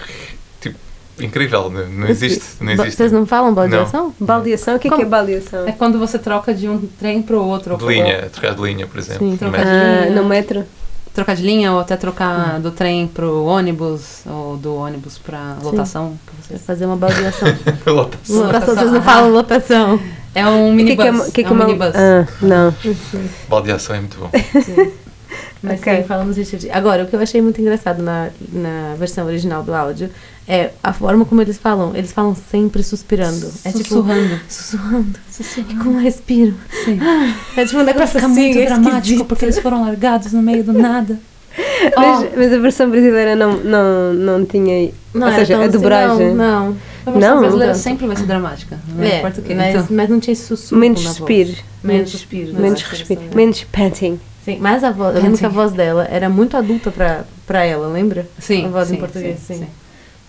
tipo, incrível. Não, não existe. Não Ba- É. existe. Vocês não falam baldeação? baldeação? O que é, que é Como- baldeação? É quando você troca de um trem pro outro. De ou- linha, trocar de linha, por exemplo. Sim. no Trocar metro. Ah, no metro? ou Trocar de linha ou até trocar do trem pro ônibus ou do ônibus pra lotação. que você- Vou Fazer uma baldeação. Lotação. Lotação, vocês não falam lotação. É um O que é que é minibus. uma- o que é é que é um uma- minibus. Ah, não. Baldeação é muito bom. Mas Ok. sim, falamos Richard. Agora, o que eu achei muito engraçado na, na versão original do áudio é a forma como eles falam. Eles falam sempre suspirando. É tipo Sussurrando. sussurrando. E com um respiro. Sim. É tipo um negócio Fica assim, muito é dramático esquisito. porque eles foram largados no meio do nada. Oh. Mas, mas a versão brasileira não, não, não tinha. ou era seja, é tão a assim, dublagem. Não, não. A versão Não, brasileira tanto. sempre vai ser dramática. Não é, É, português. mas, então. mas não é tinha esse sussurro Menos na voz. suspiro. Menos suspiro. né? Menos Acho que eles respiro. são- Menos panting. Sim, mas a voz, eu lembro que a voz dela era muito adulta pra, pra ela, lembra? Sim, A voz sim, em português, sim, sim. sim.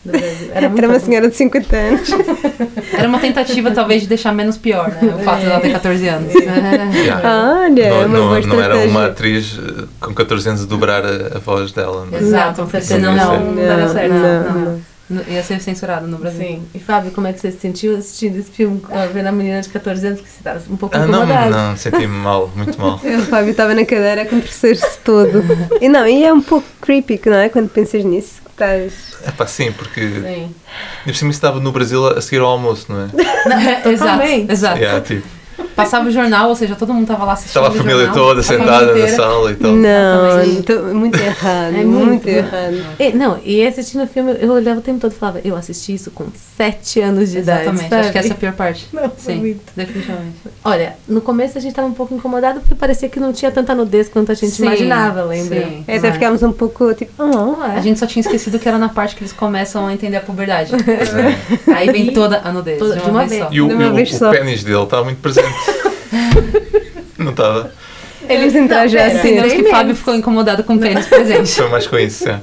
Do Brasil. Era, muito uma adulta. senhora de 50 anos. Era uma tentativa, talvez, de deixar menos pior, né? O fato dela ter 14 anos. Yeah. Olha, é Não, uma boa não, não era uma estratégia. atriz eh, com 14 anos a dobrar a, a voz dela. não é? Exato, porque senão não, não daria certo. não, Não, não. não. Ia ser censurado no Brasil. Sim. E Fábio, como é que você se sentiu assistindo esse filme, ah, vendo a menina de 14 anos, que você estava um pouco Ah, não, incomodado? não, senti-me mal, muito mal. O Fábio estava na cadeira a contorcer-se todo. E não, e é um pouco creepy, que não é? Quando pensas nisso, que estás. É pá, sim, porque. E Sim. por cima isso estava no Brasil a seguir ao almoço, não é? Exato, Totalmente. Exato. Yeah, tipo, Passava o jornal, ou seja, todo mundo tava lá assistindo. estava a o família jornal, toda a família sentada na inteira. sala e tal. Não, tô- muito errado, É muito, muito. errado. E, não, e assistindo o filme, eu olhava o tempo todo e falava, eu assisti isso com 7 anos de idade. Exatamente, sabe? acho que essa é a pior parte. Não, foi Sim, muito. definitivamente. Olha, no começo a gente estava um pouco incomodado porque parecia que não tinha tanta nudez quanto a gente Sim, imaginava, lembra? sim. Aí até Mas- ficámos um pouco tipo, oh, É. "Hum, A gente só tinha esquecido que era na parte que eles começam a entender a puberdade. Pois é. Aí vem toda a nudez, Toda- de uma vez só. E o, De uma e o, vez o só. pênis dele estava muito presente. não estava? eles entraram já pera. assim. Entendemos tá que o Fábio ficou incomodado com o pênis presente. Foi mais com isso. é.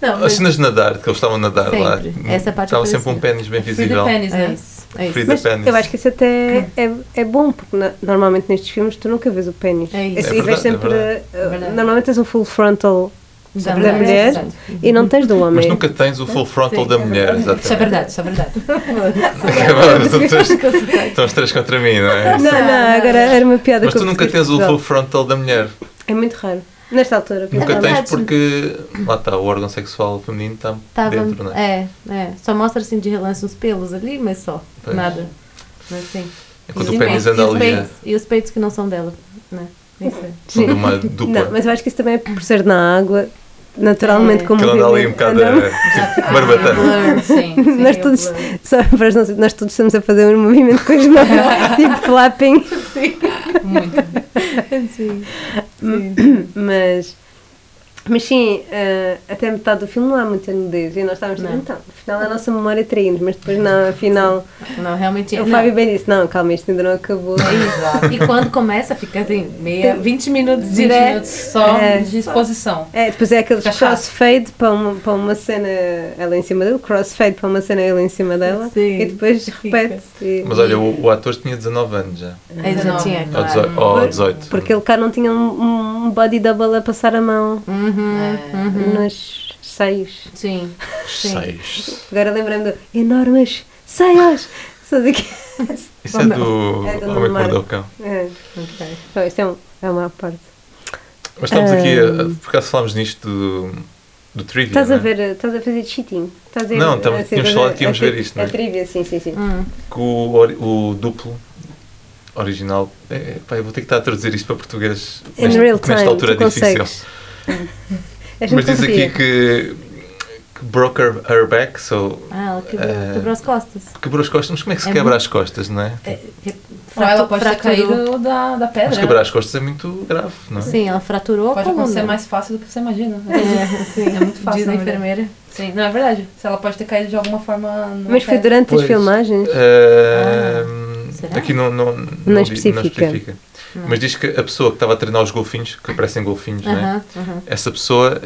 Não, As mas... cenas de nadar, que eles estavam a nadar Sempre. lá. Essa parte assim. Estava sempre aparecia. um pênis bem Free visível. the penis, É né? isso, é isso. Free the Mas penis. eu acho que isso até é, é bom, porque na- normalmente nestes filmes tu nunca vês o pênis. É isso. Esse- É e vês verdade, é sempre. verdade. eh, verdade. Normalmente tens um full frontal da, mulher, mulher exato. e não tens do homem. Mas nunca tens o full frontal Sim, da é mulher, exatamente. Isso é verdade, isso é verdade. Agora estão os três- estão os três contra mim, não é? Não, não, agora era uma piada Mas que eu tu nunca percebi tens o Portugal. full frontal da mulher. É muito raro. Nesta altura. Nunca pelo menos. tens porque lá está, o órgão sexual feminino está Tava, dentro, não é? é, é. Só mostra assim de relance uns pelos ali, mas só. Pois. Nada. Mas sim. Enquanto É E o os pênis peitos- anda e os ali peitos- é, E os peitos que não são dela, né? Isso é. são de uma dupla. Não, mas eu acho que isso também é por ser na água, naturalmente, É. como que ela anda ali um bocado a- tipo, barbatana. Blur, sim. Nós é todos, o plano. só para as nossas- nós todos estamos a fazer um movimento com as mãos, tipo flapping, Muito. Sim. mas Mas sim, eh, até metade do filme não há muita nudez. E nós estávamos tipo, Não. então, afinal a nossa memória traímos, mas depois não, afinal. Não, realmente é. O não. É Fábio bem disse: não, calma, isto ainda não acabou. Exato. E quando começa, fica assim, meia, 20 minutos 20 direto. minutos só É. de exposição. É, depois é aquele Fica chato. crossfade para uma, para uma cena ela em cima dele, crossfade para uma cena ele em cima dela Sim, e depois fica. repete-se. E- Mas é olha, o, o ator tinha 19 anos já. Aí já Não. tinha, Ou claro. 18. Ou 18. Porque ele cá não tinha um, um body double a passar a mão Uhum, É. nos seios. Sim. Seis. Agora lembrando enormes seios! Só de que. Isso é do É do Homem que Mar- Mordeu o Cão. É. Ok. Então, isto é, um, é uma parte. Mas estamos aqui, a- por acaso falámos nisto do, do trivia, Ah. Estás não a é? ver, estás a fazer cheating. Estás a Não, a- tamo- a- tínhamos a- falado a- que íamos a- ver isto, não é? A trivia, sim, sim, sim. Hum. Que o, ori- o duplo original... É, pá, eu vou ter que estar a traduzir isto para português In neste- real nesta time, altura é tu difícil. consegues. Hum. A gente Mas diz aqui confia. que, que broke her, her back, so... Ah, ela quebrou, eh, quebrou as costas. Quebrou as costas, mas como é que se É quebra muito- as costas, não é? É, que- Ou ela pode ter fraturou. caído da, da pedra. né? Mas quebrar as costas é muito grave, não é? Sim, ela fraturou Pode a coluna. acontecer mais fácil do que você imagina. É, sim. É muito fácil, Diz a na verdade. enfermeira. Sim, não é verdade. Se ela pode ter caído de alguma forma. numa Mas foi pedra. durante Pois. as filmagens? é Eh. Ah, será? aqui não, não, não, di- especifica. especifica. Mas diz que a pessoa que estava a treinar os golfinhos, que parecem golfinhos, não é? Aham, aham. essa pessoa,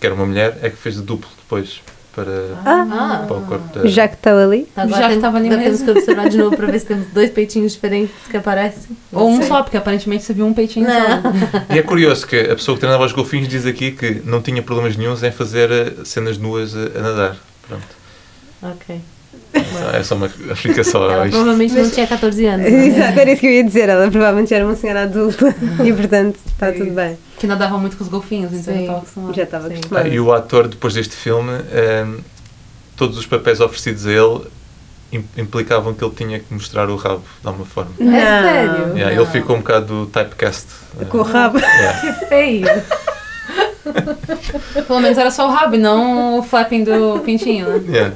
que era uma mulher, é que fez de duplo depois para, Ah, para o corpo da. Já que estão ali? agora Já tem- tava ali agora temos mesmo. que observar de novo pra ver se temos dois peitinhos diferentes que aparecem. Ou um Não sei. só, porque aparentemente você viu um peitinho Não. só. E é curioso que a pessoa que treinava os golfinhos diz aqui que não tinha problemas nenhums em fazer eh, cenas nuas a, a nadar. Pronto. Ok. Então, é só uma explicação a Ela isto. provavelmente não tinha 14 anos. né? Exato, era isso que eu ia dizer. Ela provavelmente já era uma senhora adulta e, portanto, está tudo bem. Que nadava muito com os golfinhos, então Sim. eu tava acostumada. Já estava Sim. Ah, acostumada. e o ator, depois deste filme, ehm, todos os papéis oferecidos a ele im- implicavam que ele tinha que mostrar o rabo de alguma forma. Não. É sério? Yeah, Não. ele ficou um bocado typecast. eh, Com o rabo. yeah. Que feio. Pelo menos era só o rabo, e não o flapping do pintinho, né? Yeah.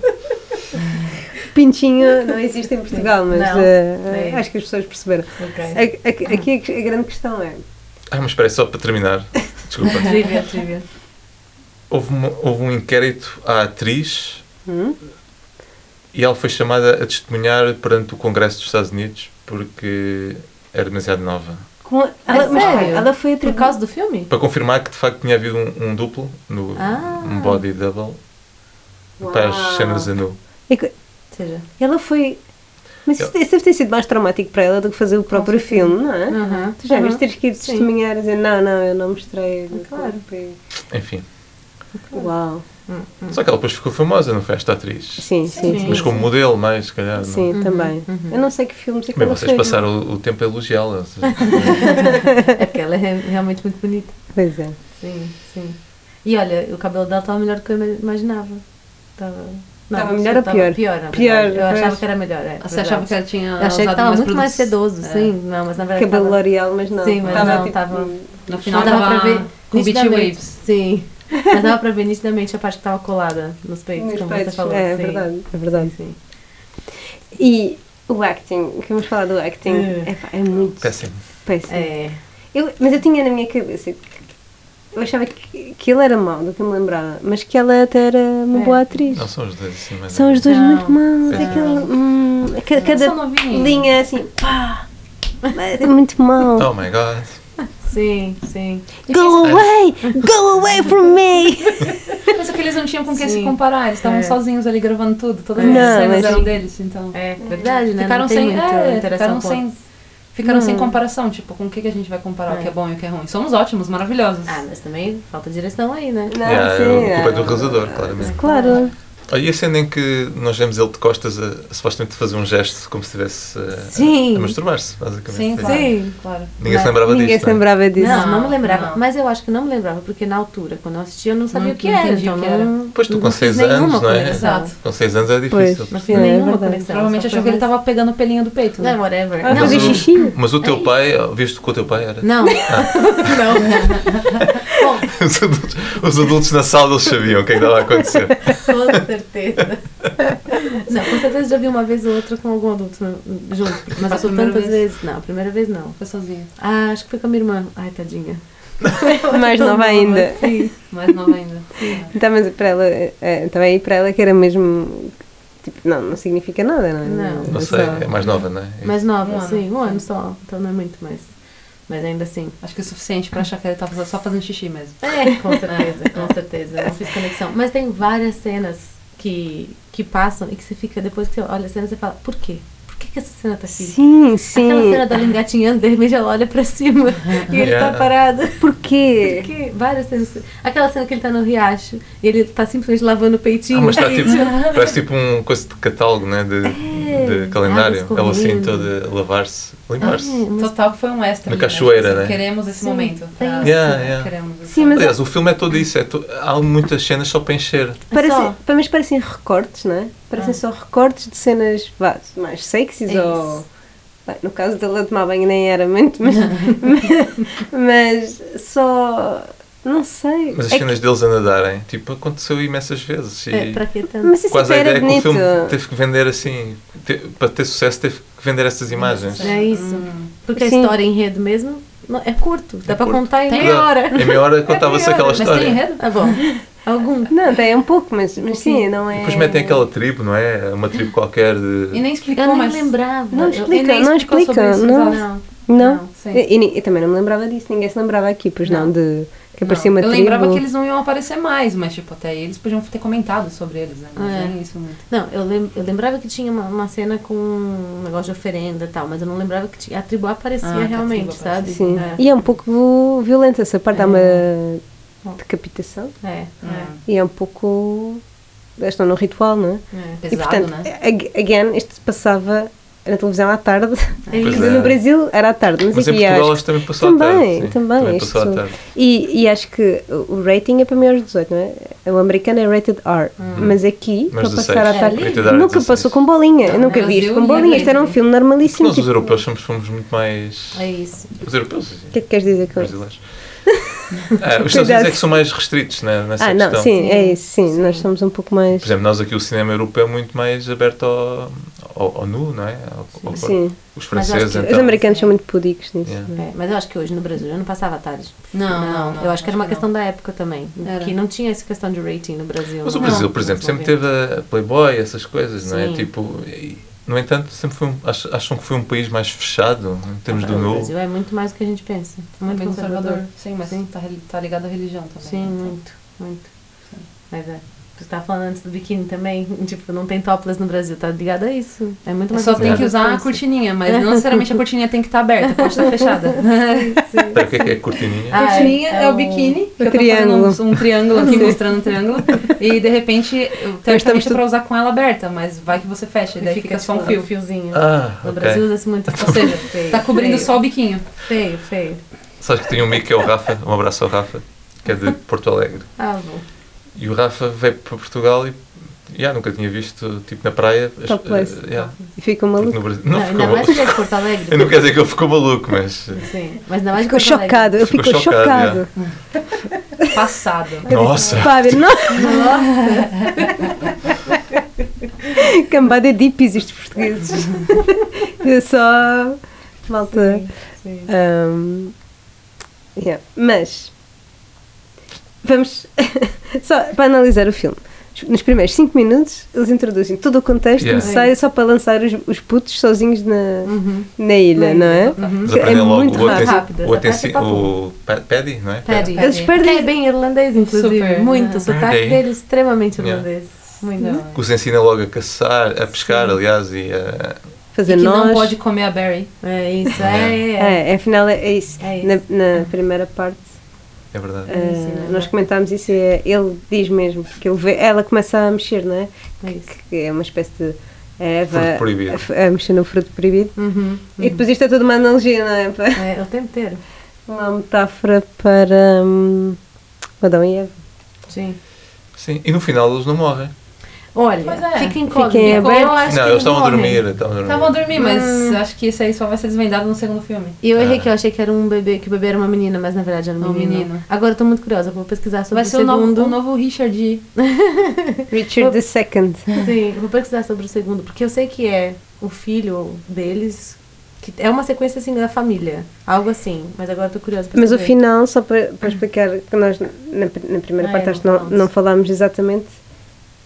Pintinho não existe em Portugal, mas Não. eh, Sim. acho que as pessoas perceberam. Ok. A- a- Aqui a, a grande questão é. Ah, mas espera aí, só para terminar. Desculpa. Trivia, trivia. Houve, uma- houve um inquérito à atriz Hum? e ela foi chamada a testemunhar perante o Congresso dos Estados Unidos porque era demasiado nova. como- ela, mas Ah, sério? espera, ela foi Por atribuída. causa do filme? Para confirmar que de facto tinha havido um, um duplo, no, Ah. um body double, para as cenas a nu. E co- Ou seja, É Ela foi. Mas isso, isso deve ter sido mais traumático para ela do que fazer o próprio filme, não é? Uhum. Tu já viste Uhum. teres que ir Sim. testemunhar e dizer não, não, eu não mostrei. o meu Claro. corpo e-" Enfim. Uau. Só que ela depois ficou famosa, não foi esta atriz? Sim, sim, sim. Mas como modelo, mais, se calhar. não? Uhum, Sim, também. Eu não sei que filmes é que Bem, ela vocês fez. passaram o, o tempo a elogiá-la. ou seja, é porque ela é re- realmente muito bonita. Pois é. Sim, sim. E olha, o cabelo dela tava melhor do que eu ima- imaginava. Tava. não, Tava não melhor sei, ou tava pior? Pior, na Pior, verdade. Eu achava pois. que era melhor. É, Você verdade. achava que ela tinha. Eu achei que usado tava mais muito mais produtos. sedoso, É. sim. Não, mas na verdade. Cabelo tava- L'Oreal, mas não. Sim, mas Tava, não, tipo, tava- No final Não dava tava pra ver. com beat nitidamente. waves. Sim. Mas dava pra ver nitidamente a parte que tava colada nos peitos, nos como peitos. você falou. É, é sim. verdade, é verdade. Sim. E o acting, que vamos falar do acting, É. Epá, é, muito péssimo. Péssimo. É. Eu, mas eu tinha na minha cabeça que eu achava que, que ele era mau, do que eu me lembrava, mas que ela até era uma É. boa atriz. Não são os dois assim, mas. São os dois Não, muito maus. não. Aquela, hum, a ca- cada São novinhos. linha assim, pá, é muito mau. Oh my god. Sim, sim. Go away! Go away from me! Mas é que eles não tinham com quem Sim. se comparar, eles estavam É. sozinhos ali gravando tudo, todas Não, as cenas mas- eram deles, então. É verdade, né? Ficaram não tem sem. muita é, interação ficaram com sem. outros. Ficaram sem Não. comparação, tipo, com o que, que a gente vai comparar o É. que é bom e o que é ruim. Somos ótimos, maravilhosos. Ah, mas também falta direção aí, né? Não, Yeah, sim, é, a culpa é é. do realizador, claramente. Claro. Olha, e a cena em que nós vemos ele de costas a, a supostamente fazer um gesto como se estivesse a, Sim. a, a masturbar-se, basicamente. Sim, claro. Sim. claro. Ninguém se Mas lembrava Ninguém disto. é? se lembrava disso. Não, não Não, me lembrava. não. Mas eu acho que não me lembrava, porque na altura, quando eu assisti, eu não sabia Não- o que não era. entendi Então o que era. não. Pois tu não com fiz 6 anos, nenhuma não é? conexão. Exato. Com 6 anos é difícil. Não Pois. fiz É, é nenhuma verdade. conexão. Provavelmente só achou foi que ele mais- tava pegando o pelinho do peito. Não, Né? é whatever. Ah, não, fazer o- xixi. É Mas o teu pai, ó, viste que o teu pai era? não. não. Os adultos, os adultos na sala eles sabiam o que é que estava a acontecer. Ah. Com certeza. Não, com certeza já vi uma vez ou outra com algum adulto no- junto. Mas A eu sou primeira tantas vez? vezes. Não, a primeira vez não. Foi sozinho. Ah, acho que foi com a minha irmã. Ai, tadinha. mais nova ainda. assim. Mais nova ainda. Então, mas para ela, eh, também aí para ela que era mesmo. Tipo, não, não significa nada, não é? Não. Não É sei, só- é mais nova, não é? Mais nova, Um ano. sim, um ano só. Então não é muito mais. Mas ainda assim. Acho que é o suficiente pra achar que ele tá fazendo- só fazendo xixi mesmo. É, com certeza, com certeza. Não fiz conexão. Mas tem várias cenas que, que passam e que você fica, depois que você olha a cena, você fala, por quê? Por que, que essa cena tá aqui? Sim, sim. Aquela cena dela engatinhando, de repente ela olha pra cima e ele Yeah. tá parado. Porquê? Porque várias cenas. Aquela cena que ele tá no riacho e ele tá simplesmente lavando o peitinho. Ah, mas está e- tipo, parece tipo um coisa de catálogo, né? De, É. de calendário. águas Ela assim correndo. toda a lavar-se, limpar-se. É, mas Total que foi um extra. Na né? cachoeira, Tipo, né? Queremos esse Sim, momento. é tá? isso. Yeah, yeah. Queremos esse Sim, mas Aliás, o filme é todo isso. É to- Há muitas cenas só para encher. Parece, só. Mas parecem recortes, não é? Parecem só recortes de cenas vá, mais sexys É ou. isso. Bem, no caso dela tomar banho nem era muito, mas. mas, só. Não sei. Mas as É que- cenas deles a nadarem, tipo, aconteceu imensas vezes. E é, pra que tanto? mas isso quase a até era ideia é que o bonito. filme teve que vender assim, te- para ter sucesso, teve que vender essas imagens. É isso. Porque Sim. a história enredo mesmo não- é curto. Dá pra curto. contar em Dá- meia hora. Em meia hora contava-se meia aquela hora, mas história. tem enredo? Tá bom. Algum. Não, tem um pouco, mas, mas sim, não é. Depois metem aquela tribo, não é? Uma tribo qualquer E de. nem Eu explicou, nem mas... lembrava. Não Eu- explica, ele nem não explicou explica, sobre isso, não. exato. Não. sim. E, e- eu também não me lembrava disso, ninguém se lembrava aqui, pois não, de que aparecia Não, uma Eu tribo. lembrava que eles não iam aparecer mais, mas tipo, até aí eles podiam ter comentado sobre eles, né? Mas É. nem isso muito. Não, eu, lem- eu lembrava que tinha uma, uma cena com um negócio de oferenda e tal, mas eu não lembrava que tinha. A tribo aparecia Ah, que a tribo realmente, sabe? aparecia. Sim. É, E é um pouco violenta essa parte, há uma decapitação. é, é, E é um pouco. Eles estão no ritual, não é? é. e Pesado, portanto, né? ag- again, isto se passava na televisão à tarde. Pois Quer dizer, é. No Brasil era à tarde, mas, Mas em aqui Portugal acho acho que também que passou à tarde. também, sim. também, passou à isto- tarde. E, e acho que o o rating é para maiores de 18, não é? O americano é rated R, mas aqui, para Mas 16. passar à É, tarde, rated R, nunca 16. passou com bolinha. Eu no nunca vi isto Brasil com e bolinha. Isto era um aqui. filme normalíssimo. Nós, os tipo, europeus, somos, fomos muito mais. É isso. Os europeus, O que é que queres dizer com isso? brasileiros. Ah, os Estados Unidos é Cuidado. que são mais restritos né, nessa Ah, questão. não, sim, é isso, sim, Nós somos um pouco mais. Por exemplo, nós aqui o cinema europeu é muito mais aberto ao, ao, ao nu, não é? Ao- ao- Sim. Os Mas acho franceses, que os então. Os americanos são muito pudicos nisso. Yeah. É, mas eu acho que hoje no Brasil eu não passava à tarde. Não, não, não, eu acho que era uma acho que questão da época também. Era. Que não tinha essa questão de rating no Brasil. Mas o não. Brasil, por exemplo, mas sempre ouvi. teve a Playboy, essas coisas, não é? Sim. Tipo, e- no entanto, sempre foi um, ach- acham que foi um país mais fechado em termos do O nu. Brasil é muito mais do que a gente pensa. Muito Bem conservador. conservador. Sim, mas tá, reli- tá ligado à religião também. Sim, então. muito, muito. Mas é. Tu tava falando antes do biquíni também, tipo, não tem topless no Brasil, tá ligado a isso. É muito mais Só tem conservador que usar a pensa. cortininha, mas não necessariamente a cortininha tem que estar aberta, pode estar fechada. Para o que é que é cortininha? Ah, A cortininha é é o o- biquíni, que o eu tô triângulo. fazendo um, um triângulo aqui, mostrando um triângulo, e de repente, eu teoricamente é tudo- pra usar com ela aberta, mas vai que você fecha, e E daí fica só um tipo, fio. fiozinho. Ah, no ok. Brasil usa-se muito. Ou seja, feio, tá cobrindo feio, só o biquinho. Feio, feio. Sabes que tem um amigo que é o Rafa, um abraço ao Rafa, que é de Porto Alegre. Ah, bom. E o Rafa veio para Portugal e já nunca tinha visto, tipo, na praia. as- Topless. eh, yeah, E ficam porque malucos. no Brasil- Não, Não, ficou ainda mais que maluco. é de Porto Alegre. Eu não quero dizer que ele ficou maluco, mas. eh, Sim, mas ainda mais de Ficou Porto Alegre. chocado, ele Ficou ficou chocado, chocado. Passado. eh, Nossa! Fábio, não! Cambada de hippies, estes portugueses. Eu só. Malta. Sim. Ahm, yeah. Mas. Vamos. só para analisar o filme. Nos primeiros 5 minutos, eles introduzem todo o contexto Yeah. necessário só para lançar os, os putos sozinhos na, Uhum. na ilha, não é? Eles É aprendem logo muito o, aten- rápido, o, essa parte é atenci- o pa- Paddy, não é? Paddy. Paddy. Eles Que perdem. é bem irlandês, inclusive. Super. Ah. Muito. Paddy. O sotaque dele é extremamente Yeah. irlandês. Muito. Não. Que os ensina logo a caçar, a pescar, aliás, e eh, a. Fazer E que nós. não pode comer a Berry. É isso, é. é, é. É, afinal é, é isso. É isso. Na, na primeira parte, É verdade. eh, isso, não é? nós comentámos isso e é- ele diz mesmo, porque ele vê, ela começa a mexer, não é? É isso. Que é uma espécie de Eva Fruto proibido. A, a mexer no fruto proibido. Uhum. E depois isto é toda uma analogia, não é? Para- É, o tempo inteiro. Uma metáfora para hum, o Adão e Eva. Sim. Sim, e no final eles não morrem. Olha, Pois é. fica incógnito. Fiquem Ficou, abertos. eu acho não, que eles estavam a morrem. dormir. Estavam a dormir. Tava a dormir, mas acho que isso aí só vai ser desvendado no segundo filme. E eu É. errei que eu achei que era um bebê, que o bebê era uma menina, mas na verdade era um Um menino. menino. Agora eu tô muito curiosa, vou pesquisar sobre Vai o ser o novo, segundo. o novo Richard. Richard II. Sim, vou pesquisar sobre o segundo, porque eu sei que é o filho deles, Que é uma sequência assim da família. Algo assim. Mas agora eu tô curiosa pra Mas o saber. final, só para, para explicar, que nós na, na primeira Ah, parte é, acho que não não, falámos. não falámos exatamente,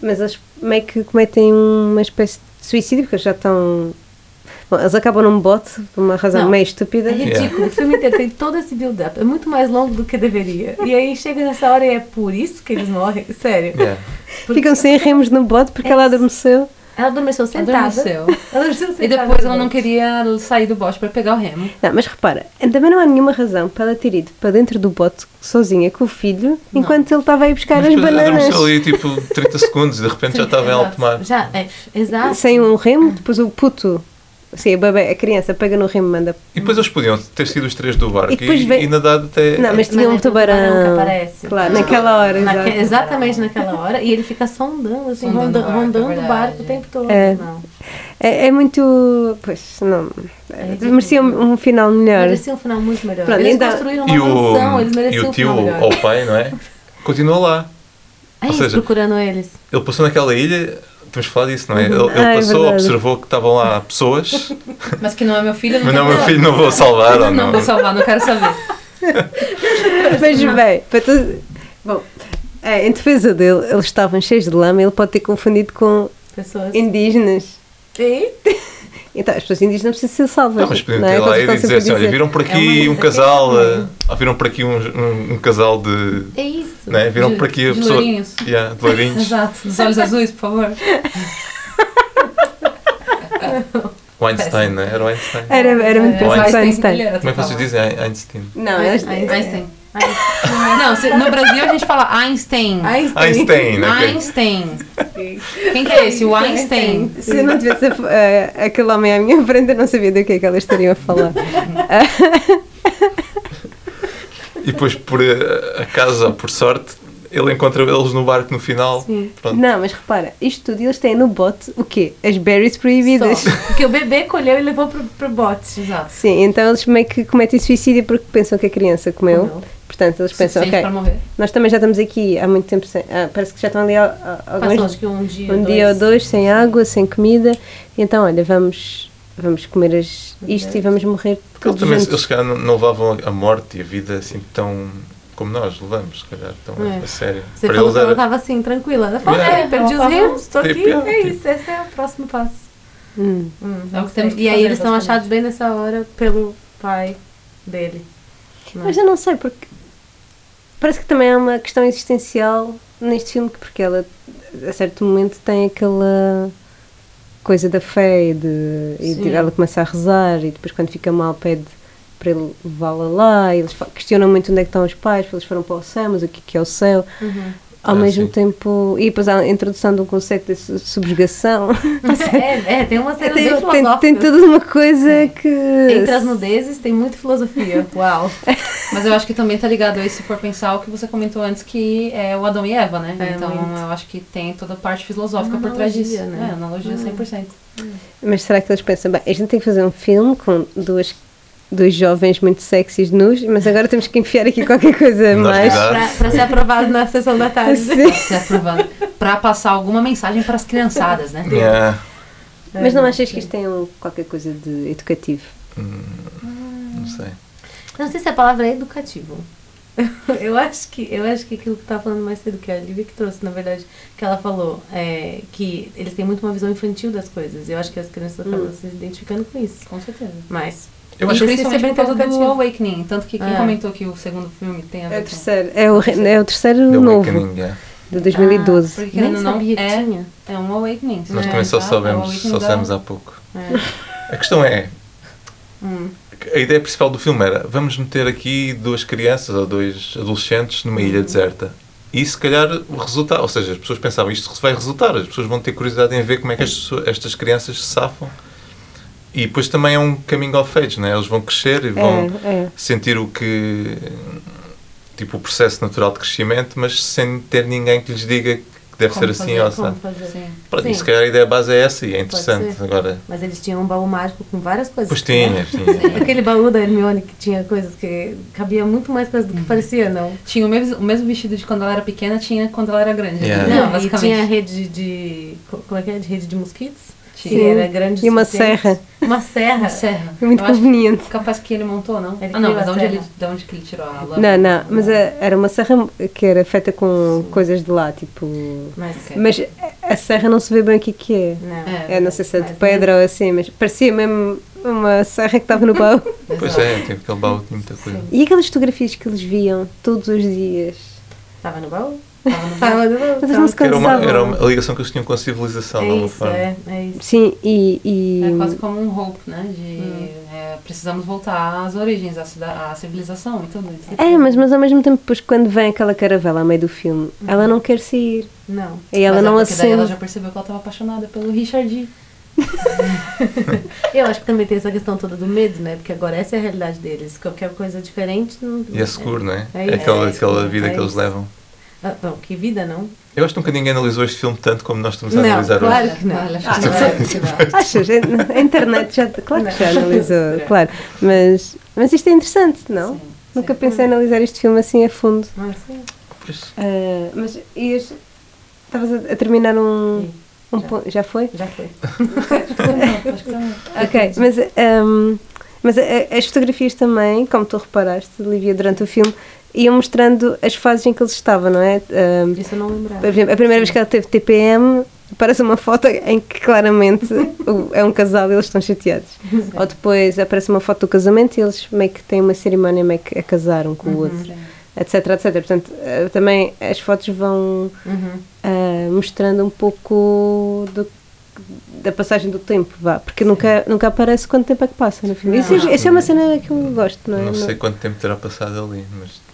mas eles meio que cometem uma espécie de suicídio, porque eles já estão. Bom, eles acabam num bote por uma razão Não. meio estúpida. É ridículo, o filme inteiro tem todo esse build-up. É muito mais longo do que deveria. E aí chega nessa hora e é por isso que eles morrem. Sério. Yeah. Ficam sem remos no bote porque É ela adormeceu. Ela adormeceu sentada. Adormeceu. Ela adormeceu sentada. E depois ela não queria sair do bote pra pegar o remo. Não, mas repara, também não há nenhuma razão para ela ter ido para dentro do bote sozinha com o filho enquanto ele estava aí buscar Mas as depois bananas. adormeceu ali tipo 30 segundos e de repente já estava em alto mar. Já, é, exato. Sem um remo, depois o puto, assim, a, bebê, a criança pega no remo e manda E depois eles podiam ter sido os três do barco E e, depois e, vem- nadado até. Não, mas tinha Mas um é tubarão tubarão. que aparece. Claro, naquela hora, Naque- exato. exatamente naquela hora. E ele fica sondando, assim, Sondando ronda- o barco, rondando, é o verdade. barco o tempo todo. É. Não. É, é muito. Pois, não. merecia um, um final melhor. É Merecia um final muito melhor. Pronto, eles então- construíram é uma E o, mansão, eles e mereciam o um tio final melhor. ou o pai, não é? Continua lá. É ou isso, seja- procurando eles. Ele passou naquela ilha, temos que falar disso, não é? Ele, ele Ah, é passou, verdade. observou que estavam lá pessoas, Mas que não é meu filho, mas não, quero meu saber. filho, não vou salvar ou Não, não. vou salvar, não quero saber. um Mas bem, para todos. Bom, é, em defesa dele, eles estavam cheios de lama, ele pode ter confundido com Pessoas. indígenas. E? Então, as pessoas indígenas precisam ser salvas. Não, mas podiam é? ter Então, lá ido estão e dizer sempre a assim: olha, dizer, viram por É uma aqui um luta casal, feia, ah, viram por aqui um, um, um casal de. É isso. Né? Viram De- por aqui a de pessoa. lourinhos. Yeah, de lourinhos. Exato. Os olhos azuis, por favor. O Einstein, né? Era o Einstein. Era, era muito É. pensado Einstein, Einstein. Ele era Como é que vocês total. dizem Ein- Einstein? Não, eles- Einstein. tá Einstein. Não, se- no Brasil a gente fala Einstein. Einstein. Einstein, né, é? ok. Einstein. Quem que é esse? O Einstein. Se eu não tivesse eh, aquele homem à minha frente, eu não sabia do que é que elas estariam a falar. E depois, por eh, acaso ou por sorte, ele encontra eles no barco no final. Pronto. Não, mas repara, isto tudo eles têm no bote o quê? As berries proibidas. Só. Porque o bebê colheu e levou pro, pro bote. Exato. Sim, então eles meio que cometem suicídio porque pensam que a criança comeu. Comeu. Portanto, eles pensam, Suficiente ok, pra morrer. nós também já estamos aqui há muito tempo sem. ah, parece que já estão ali há- há- Passou alguns. acho que um dia. Um dia ou dois sem água, sem comida. Então, olha, vamos, vamos comer as, isto e vamos morrer Porque todos eles também, juntos. eles se calhar, não, não levavam a morte e a vida assim tão. como nós levamos, se calhar, tão É. a sério. Você Para falou eles que ela era. tava assim, tranquila. Ela falou, Yeah. é, perdi os Ela falou, rins, tô aqui, tipo, yeah, é tipo. isso, esse é o próximo passo. Hum. Hum, É o que temos que e aí fazer, eles são basicamente. achados bem nessa hora pelo pai dele. Não é? Mas eu não sei, porque parece que também há uma questão existencial neste filme, que porque ela a certo momento tem aquela coisa da fé e, de, e de- Sim. ela começa a rezar e depois quando fica mal pede para ele levá-la lá, e eles fa- questionam muito onde é que estão os pais, porque eles foram para o céu, mas o que é que é o céu? Uhum. Ao Ah, mesmo sim. tempo, e depois há a introdução de um conceito de su- subjugação. É, é, tem uma cena bem tem, tem, filosófica. tem toda uma coisa que. Entre as nudezes tem muita filosofia. Uau. Mas eu acho que também tá ligado aí, se for pensar, o que você comentou antes, que é o Adão e Eva, né? É, então muito. eu acho que tem toda a parte filosófica Uma por trás analogia, disso. né? É, analogia 100%. Mas será que eles pensam, bem, a gente tem que fazer um filme com duas, dois jovens muito sexys nus, mas agora temos que enfiar aqui qualquer coisa a Nós mais. cuidado. pra, pra ser aprovado na sessão da tarde. Sim. Tá Se aprovando. pra passar alguma mensagem pras criançadas, né? Yeah. Mas não achas que isto tem um, qualquer coisa de educativo? Não sei. Não sei se a palavra é educativo. Eu acho que eu acho que aquilo que tá falando mais cedo que a Lívia que trouxe, na verdade, que ela falou, é, que eles têm muito uma visão infantil das coisas. Eu acho que as crianças acabam se identificando Hum. com isso. Com certeza. Mas Eu Eu acho acho que principalmente isso é bem por causa do provocativo. Awakening. Tanto que quem É. comentou que o segundo filme tem a ver É o com- terceiro, é o, re- é o terceiro The novo, Awakening, yeah. de 2012. Porque nem querendo ou não, sabia que é, tinha. é um Awakening. Nós É, também só tá? É o soubemos, Awakening só da- soubemos há pouco. é, A questão é. Hum. A ideia principal do filme era vamos meter aqui duas crianças ou dois adolescentes numa Hum. ilha deserta. E se calhar o resultado, ou seja, as pessoas pensavam isto vai resultar, as pessoas vão ter curiosidade em ver como é que as pessoas- estas crianças se safam. E depois também é um coming of age, né? eles vão crescer e vão É, é. sentir o que. tipo o processo natural de crescimento, mas sem ter ninguém que lhes diga que deve Como ser assim fazer, ou como assim. fazer. Sim. Pronto, e Sim. se calhar a ideia base é essa e é interessante. ser. Agora, Mas eles tinham um baú mágico com várias coisas. pois tinha, né? tinha. Aquele baú da Hermione que tinha coisas que cabia muito mais coisas do que parecia, não? Tinha o mesmo, o mesmo vestido de quando ela era pequena, tinha quando ela era grande. Yeah. Não, Não, e basicamente. tinha rede de. co- Como é que é? De rede de mosquitos? Tinha. Que era grande o E uma suficiente. serra. Uma serra. Uma serra. É muito Eu acho conveniente. Capaz que ele montou, não? Ele ah, não, criou a mas de onde, serra. ele, de onde que ele tirou a lâmina? Não, não, mas a- era uma serra que era feita com coisas de lá, tipo. Mas, Mas a- a serra não se vê bem o que que é. não. É. Eu não sei se é de Mas- pedra ou assim, mas parecia mesmo uma serra que estava no baú. Pois é, tipo, aquele baú tinha muita coisa. E aquelas fotografias que eles viam todos os dias. Tava no baú? Tava no baú. Mas eles não se Que Era uma, cansavam. era uma- a ligação que eles tinham com a civilização, de É alguma isso, forma. é, é isso. Sim, e. e- É quase como um hope, né? De é, precisamos voltar às origens, à, cida- à civilização e tudo isso. É, mas, mas ao mesmo tempo, depois, quando vem aquela caravela ao meio do filme, ela não quer sair. Não. E ela Uhum. Mas é não porque daí assume. ela já percebeu que ela estava apaixonada pelo Richard. D. Eu acho que também tem essa questão toda do medo, né? Porque agora essa é a realidade deles. Qualquer coisa diferente não. E é seguro, não é? É É isso, aquela, é aquela seguro, vida é que eles isso. levam. Ah, bom, que vida, não? Eu acho que nunca ninguém analisou este filme tanto como nós estamos a Não, analisar claro hoje. que não. Olha, Ah, acho não. que vai- Achas? É, A a internet já, claro que já analisou, claro. Mas, mas isto é interessante, não? Sim, Nunca pensei em analisar este filme assim a fundo. Não é- sei. Por isso, Ah, mas ias. Estavas a, a terminar um. um pon- já foi? Já foi. acho que também. Ok, mas, ahm, mas a- a- as fotografias também, como tu reparaste, Lívia, durante o filme, iam mostrando as fases em que eles estavam, não é? Ahm, Isso eu não lembrava. por exemplo, a primeira vez que ela teve TPM, aparece uma foto em que claramente o- é um casal e eles estão chateados. Ou depois aparece uma foto do casamento e eles meio que têm uma cerimónia meio que a casar um com o outro, etc, etc. Portanto, ah, também as fotos vão Uhum. ah, mostrando um pouco do- da passagem do tempo, vá, porque nunca, nunca aparece quanto tempo é que passa no filme. Isso, isso é uma cena que eu gosto, não é? não sei quanto tempo terá passado ali, mas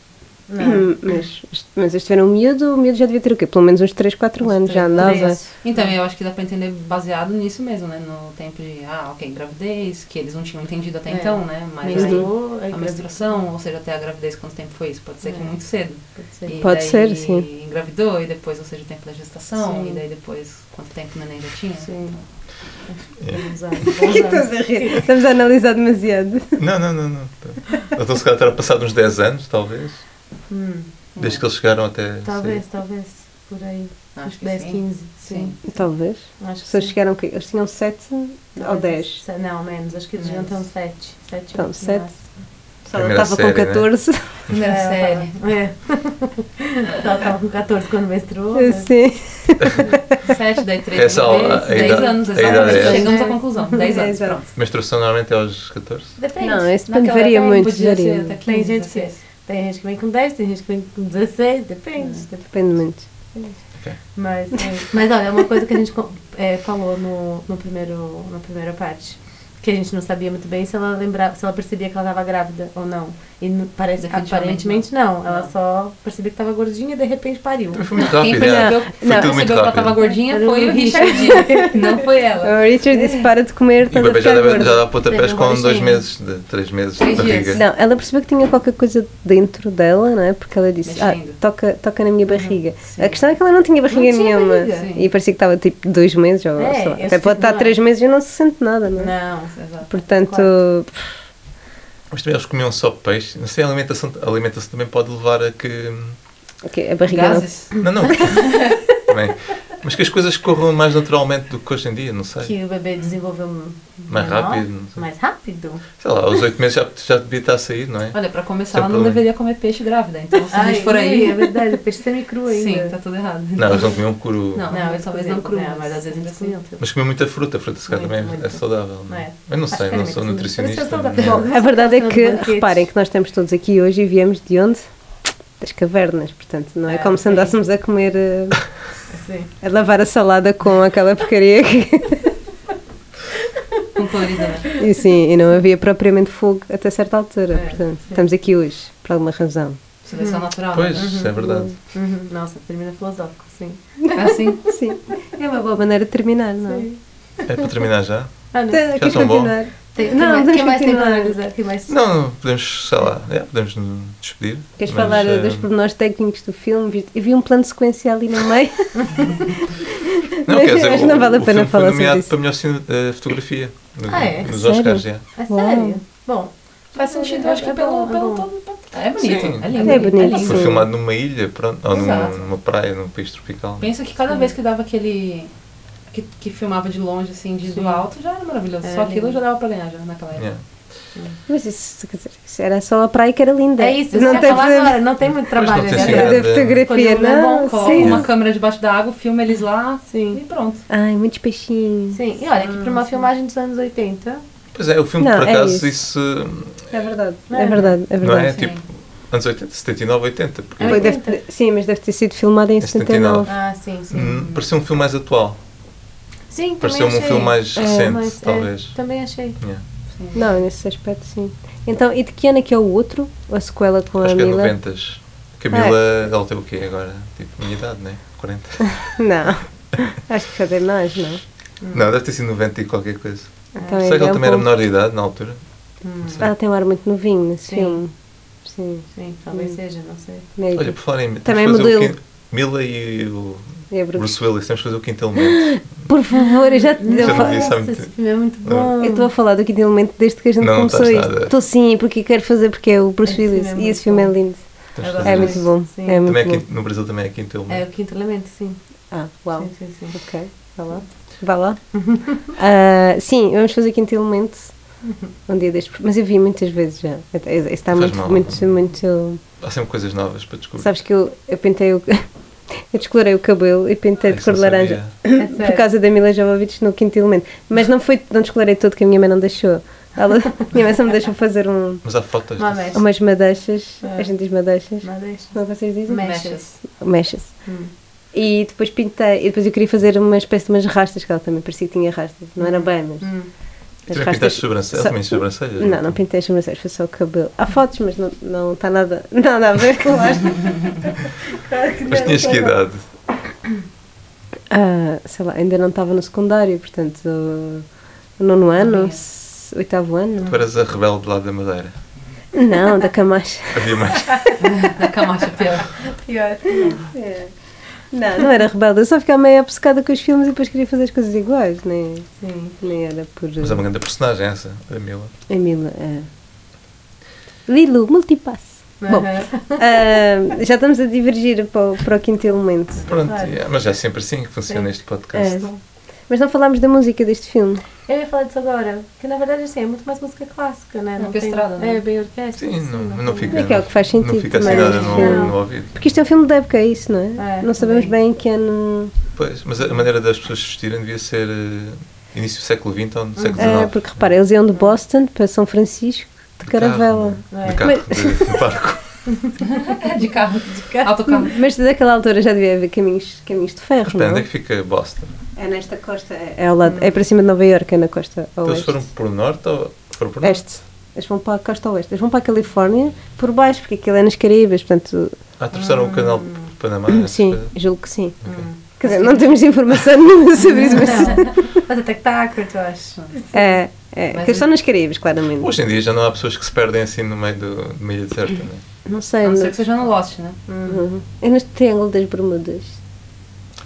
Hum, Mas, mas este era um miúdo, o miúdo já devia ter o quê? Pelo menos uns 3, 4 anos, já andava. Três. Então, eu acho que dá pra entender baseado nisso mesmo, né? No tempo de, ah, ok, gravidez, que eles não tinham entendido até É. então, né? Mas Uhum. aí, Menstruou, aí a gravidez. menstruação, ou seja, até a gravidez, quanto tempo foi isso? Pode ser que É. muito cedo. Pode ser. E Pode daí ser, sim. engravidou, e depois, ou seja, o tempo da gestação, Sim. e daí depois, quanto tempo o neném já tinha. Sim. Então, O Bons que é que anos. estás a rir? Estamos a analisar demasiado. Não, não, não, não. Então se calhar terá passado uns 10 anos, talvez. Hum, Desde que eles chegaram até. Talvez, talvez. Por aí. acho Uns que 10, sim. 15. Sim. Talvez. Acho As que pessoas sim. chegaram o quê? Eles tinham 7 ou Talvez 10. se- Não, menos. Acho que eles já Menos. estão 7. 7 Então, sete. Só ela Primeira estava com série, né? 14. Primeira série. É. Ela estava com 14 quando menstruou. né? Sim. Sete, daí três, Essa daí a- dez, a dez idade- anos, a idade exatamente. é essa. Chegamos à conclusão. Dez anos, Exato. pronto. Sim. Menstruação normalmente é aos 14. Depende. Não, esse depende, Naquela varia época muito. podia ser Varia. até 15, Tem gente que 16. Tem gente que vem com 10, tem gente que vem com 16, é. depende. depende. Depende muito. Mas, é, mas olha, uma coisa que a gente co- é, falou no, no primeiro, na primeira parte, que a gente não sabia muito bem se ela lembrava, se ela percebia que ela estava grávida ou não. E n- parece, Definitivamente aparentemente não. Ela só percebia que estava gordinha e de repente pariu. Foi muito Quem rápido, é. Foi percebeu, não, tudo percebeu que muito ela rápido. tava gordinha Era foi o o Richard, D, não foi ela. O Richard disse: para de comer, E estás a o bebê já, ficar deve, gorda. já dá pontapés Bebê não com vai dois sair. meses, de, três meses de Três dias. barriga. Não, ela percebeu que tinha qualquer coisa dentro dela, não é? Porque ela disse, ah, Mexendo. toca, toca na minha barriga. sim. a questão é que ela não tinha barriga Uhum. Não tinha nenhuma. barriga. E parecia que estava tipo dois meses, ou É, sei lá. eu Até sinto pode estar bem. três meses e não se sente nada, não é? Não. Exato. Portanto, Mas também eles comiam só peixe. Não sei, a alimentação, a alimentação também pode levar a que. ok, a barriga não. Gases? Não, não. também. Mas que as coisas corram mais naturalmente do que hoje em dia, não sei. Que o bebê desenvolveu um Mais menor, rápido, não sei. Mais rápido? Sei lá, aos 8 meses já, já devia estar a sair, não é? Olha, pra começar, Sem ela não problema. deveria comer peixe grávida. Então, se a gente Ai, for aí. É verdade, o peixe semi-cru ainda. Sim, tá tudo errado. Não, eles não comiam cru. Não. Não, eles Talvez talvez não não cru, cru, mas é mas às vezes ainda assim. eles comiam. tudo. Mas comiam muita fruta, a fruta se calhar Muito, também é muito. saudável. Não Não é? é? Eu não Acho sei, que é não sou mesmo. nutricionista. Parece que é nem- saudável. A verdade é Aquela que, cena de banquetes. reparem, que nós estamos todos aqui hoje e viemos de onde? Das cavernas, portanto, não é, É, como se sim. andássemos a comer, eh, Sim. a lavar a salada com aquela porcaria que. Com colorida, né? E sim, e não havia propriamente fogo até certa altura, É, portanto, estamos aqui hoje, por alguma razão. Seleção natural. Pois, Né? isso é verdade. Uhum. Nossa, termina filosófico, sim. É assim. Sim, é uma boa maneira de terminar, não é? Sim. É para terminar já? Ah, não. Tá, Queres tão bom? continuar? Tem, Não, não, vamos quem mais tem continuar. para analisar? Quem mais? Não, podemos, sei lá, é, podemos nos despedir. Queres mas, falar eh, dos pormenores técnicos do filme? Viste- Eu vi um plano de sequência ali no meio. Não, Mas quer eu dizer, acho o- que não vale a o pena filme foi falar sobre nomeado isso. para melhor cine- eh, fotografia. no- Ah, é? Nos Sério? Oscars, já. É Uau. sério? Bom, Faz sentido, eu acho que É pelo, bom, é pelo bom. todo. É bonito. Sim. É lindo. É bonito, É lindo. Foi Sim. filmado numa ilha, pronto, ou numa, Exato. numa praia, num país tropical. Pensa que cada vez que dava aquele. que, que filmava de longe, assim, de do Sim. alto, já era maravilhoso. Era Só aquilo lindo. já dava pra ganhar já naquela época. Yeah. Mas isso, quer dizer, isso era só a praia que era linda. É isso, não tem falar agora, não tem muito não trabalho. tem né? segredo. Da grande- fotografia, Escolheu um lugar não? bom, Coloca É. Sim. uma câmera debaixo da água, filma eles lá Sim. e pronto. Ai, muitos peixinhos. Sim, e olha, que pra uma filmagem dos anos 80, Pois é, o filme, Não, por é acaso, isso. isso, É verdade. É verdade, é não é? verdade. Sim. Tipo, anos 80, 79, 80. Porque É Foi, deve ter- sim, mas deve ter sido filmado em Em 79. 79. ah, sim, sim. hum, parecia um filme mais atual. Sim, também Pareceu-me um achei. filme mais É, recente, Mas, é, talvez. também achei. Yeah. Não, nesse aspecto sim. Então, e de que ano é que é o outro? A sequela com Acho a que é Mila? 90. Camila, É. ela tem o quê agora? Tipo, minha idade, né? 40. Não. Acho que já tem mais, não. Não, deve ter sido 90 e qualquer coisa. Então, Será que ainda é ela um também era pouco- menor de idade na altura? Não sei. Ela tem um ar muito novinho nesse Sim. filme. Sim, É Sim, talvez seja, não sei. meio. Olha, por falar em. Também temos que fazer o modelo. quin- Mila e o E a Brooke- Bruce Willis, temos que fazer o quinto elemento. é Por favor, eu já te Já eu não fa- disse há Nossa, muito esse filme é muito bom. Eu estou a falar do Quinto Elemento desde que a gente Não, não começou estás isto. nada. Estou sim, porque quero fazer, porque é o Bruce Esse Willis. filme é E esse muito filme é bom. lindo. Temos que Agora- fazer É Sim. muito isso. bom. Sim. É Também é muito bom. quinto- no Brasil também é quinto É elemento. o quinto elemento, sim. Ah, uau. Sim, sim, sim. Ok, vá lá. Vá lá. Ah, sim, vamos fazer Quinto Elemento um dia destes. Mas eu vi muitas vezes já. Até- Esse está Faz muito, mal. muito, muito. Há sempre coisas novas para descobrir. Sabes que eu, eu pintei o. Eu descolorei o cabelo e pintei é de Isso cor não de laranja. sabia. É por sério. causa da Mila Jovovich no quinto elemento. Mas não foi, não descolorei todo que a minha mãe não deixou. Ela, minha mãe só me deixou fazer um, Mas há fotos. Uma disso. mecha. umas madeixas. Ah. A gente diz madeixas. Mas deixa. Não vocês dizem? Mechas. Mechas. Hum. E depois pintei. E depois eu queria fazer uma espécie de umas rastas, que ela também parecia que tinha rastas. Não era bem, mas. Hum. E Também pintaste sobrancelhas? Só- Também sobrancelhas? Não, não pintei as sobrancelhas, foi só o cabelo. Há fotos, mas não- não está nada, nada a ver com as. Claro que Mas não. tinhas que tá idade? Ah, sei lá, ainda não estava no secundário, portanto, nono ano, s- oitavo ano. Tu eras a rebelde lá da Madeira. Não, da Camacha. Havia mais. Da Camacha Pior. Pior. É. Não, não era rebelde, eu só ficava meio obcecada com os filmes e depois queria fazer as coisas iguais, nem, Sim. nem era por. Mas é uma grande personagem essa, da Mila. A Mila. é. Lilo, multipasse. Bom, Aham. ah, já estamos a divergir para o, para o quinto elemento. Pronto, Claro. yeah, mas é sempre assim que funciona este podcast. É. Mas não falámos da música deste filme. Eu ia falar disso agora, que na verdade assim, é muito mais música clássica, né? Não tem- Orquestrada, né? É, bem orquestra. Sim, assim, não, não, tem- fica. É que é o que faz Não sentido fica assim também, nada este no, filme. no ouvido. Porque isto é um filme da época, é isso, não é? É, não sabemos também. bem que ano. Pois, mas a maneira das pessoas se vestirem devia ser eh, início do século XX ou no século XIX. É, porque repara, eles iam de Boston para São Francisco de De carro, caravela. né? É. De carro, de, de barco. De carro, de carro. Autocarro. Hum. Mas daquela altura já devia haver caminhos, caminhos de ferro, Espera, onde é não que fica Boston? é? nesta costa. É, ao lado, é para cima de Nova Iorque, é na costa Então, oeste. eles foram por norte ou foram por norte? Este. Eles vão para a costa oeste. Eles vão para a Califórnia por baixo, porque aquilo é nas Caraíbas, portanto, Ah, atravessaram o canal de Panamá. essas Hum, sim, coisas. julgo que sim. Ah, Ok. Hum. Quer dizer, não temos informação nenhuma sobre isso, mas. Mas até que tá ácaro, tu acho. É, é. Que eles estão nas Caraíbas, claramente. Hoje em dia já não há pessoas que se perdem assim no meio do, de uma ilha deserta, né? Não sei, A não não- ser que seja no Lost, né? Uhum. é neste triângulo das Bermudas.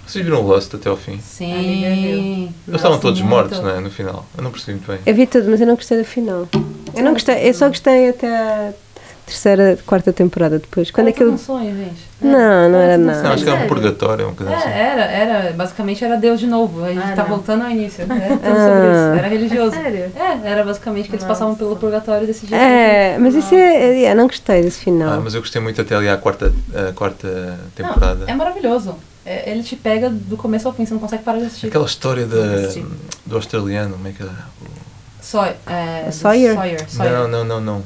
Vocês viram Lost até ao fim? Sim. Eles estavam todos muito. mortos, então. não é? No final. Eu não percebi muito bem. Eu vi tudo, mas eu não gostei do final. Eu não gostei, eu só gostei até a terceira, quarta temporada depois. Quando é Era tudo aquilo. um sonho, gente. Não, não era Não, nada. acho que era um Sério? purgatório, um coisa assim. É, era, era. Basicamente era Deus de novo. A gente Ah, tá não. voltando ao início. Era tudo sobre isso. Era religioso. Sério? É, era basicamente que eles passavam pelo purgatório desse jeito. É, mas isso é. é, Eu não gostei desse Ah, final. mas eu gostei muito até ali à quarta, à quarta temporada. é maravilhoso. É, ele te pega do começo ao fim, você não consegue parar de assistir. Aquela história da, Sim. do australiano, como é que era? Só, é, do Sawyer? Sawyer. Sawyer. Não, não, não, não.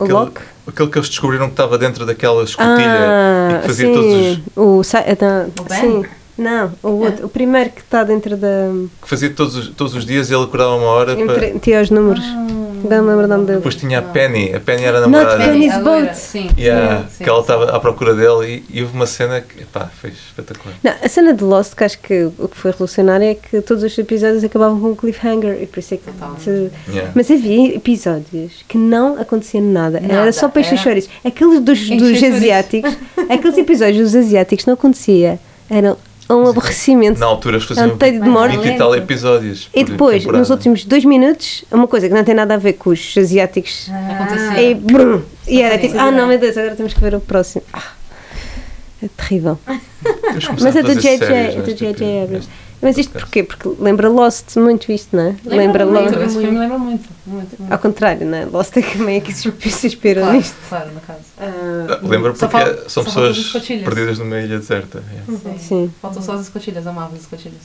Locke? Aquele, aquele que eles descobriram que estava dentro daquela escotilha e Ah, que fazia todos os. sim. O, sa- é da- O Ben? sim. Não, o outro. O primeiro que está dentro da. que fazia todos os, todos os dias e ele acordava uma hora para. Entre, tinha os números. Não me lembro o nome dele. Depois tinha a Penny, a Penny era a Not namorada. Penny. Penny's a É, loira, Boat. Sim. Yeah, sim, que ela sim. estava à procura dele e, e houve uma cena que pá, foi espetacular. Não, a cena de Lost, que acho que o que foi revolucionário é que todos os episódios acabavam com um cliffhanger e por isso é que. Total. se- Yeah. Mas havia episódios que não acontecia nada, era Nada, só para encher era- chouriços. Aqueles dos, Encher dos chouriços. asiáticos, aqueles episódios dos asiáticos não acontecia, era um aborrecimento. Na altura eles faziam Não tem de morte. 20 e tal episódios. E por depois, temporada. nos últimos dois minutos, uma coisa que não tem nada a ver com os asiáticos, Acontecia. e, brum, e era também. tipo, ah não, meu Deus, agora temos que ver o próximo. Ah, é terrível. Temos que começar Mas a é do fazer JJ, séries é do neste tipo JJ episódio, Abrams. neste- Mas isto porquê? Porque lembra Lost muito isto, não é? muito, Lost. Esse filme lembra muito, muito, muito. Ao contrário, não é? Lost é que meio que se se inspira Claro, nisto. claro, no caso. Ah, Lembra Só porque fal- são só faltam pessoas as escotilhas. perdidas numa ilha deserta. é. Sim. Faltam só as escotilhas, amava as escotilhas.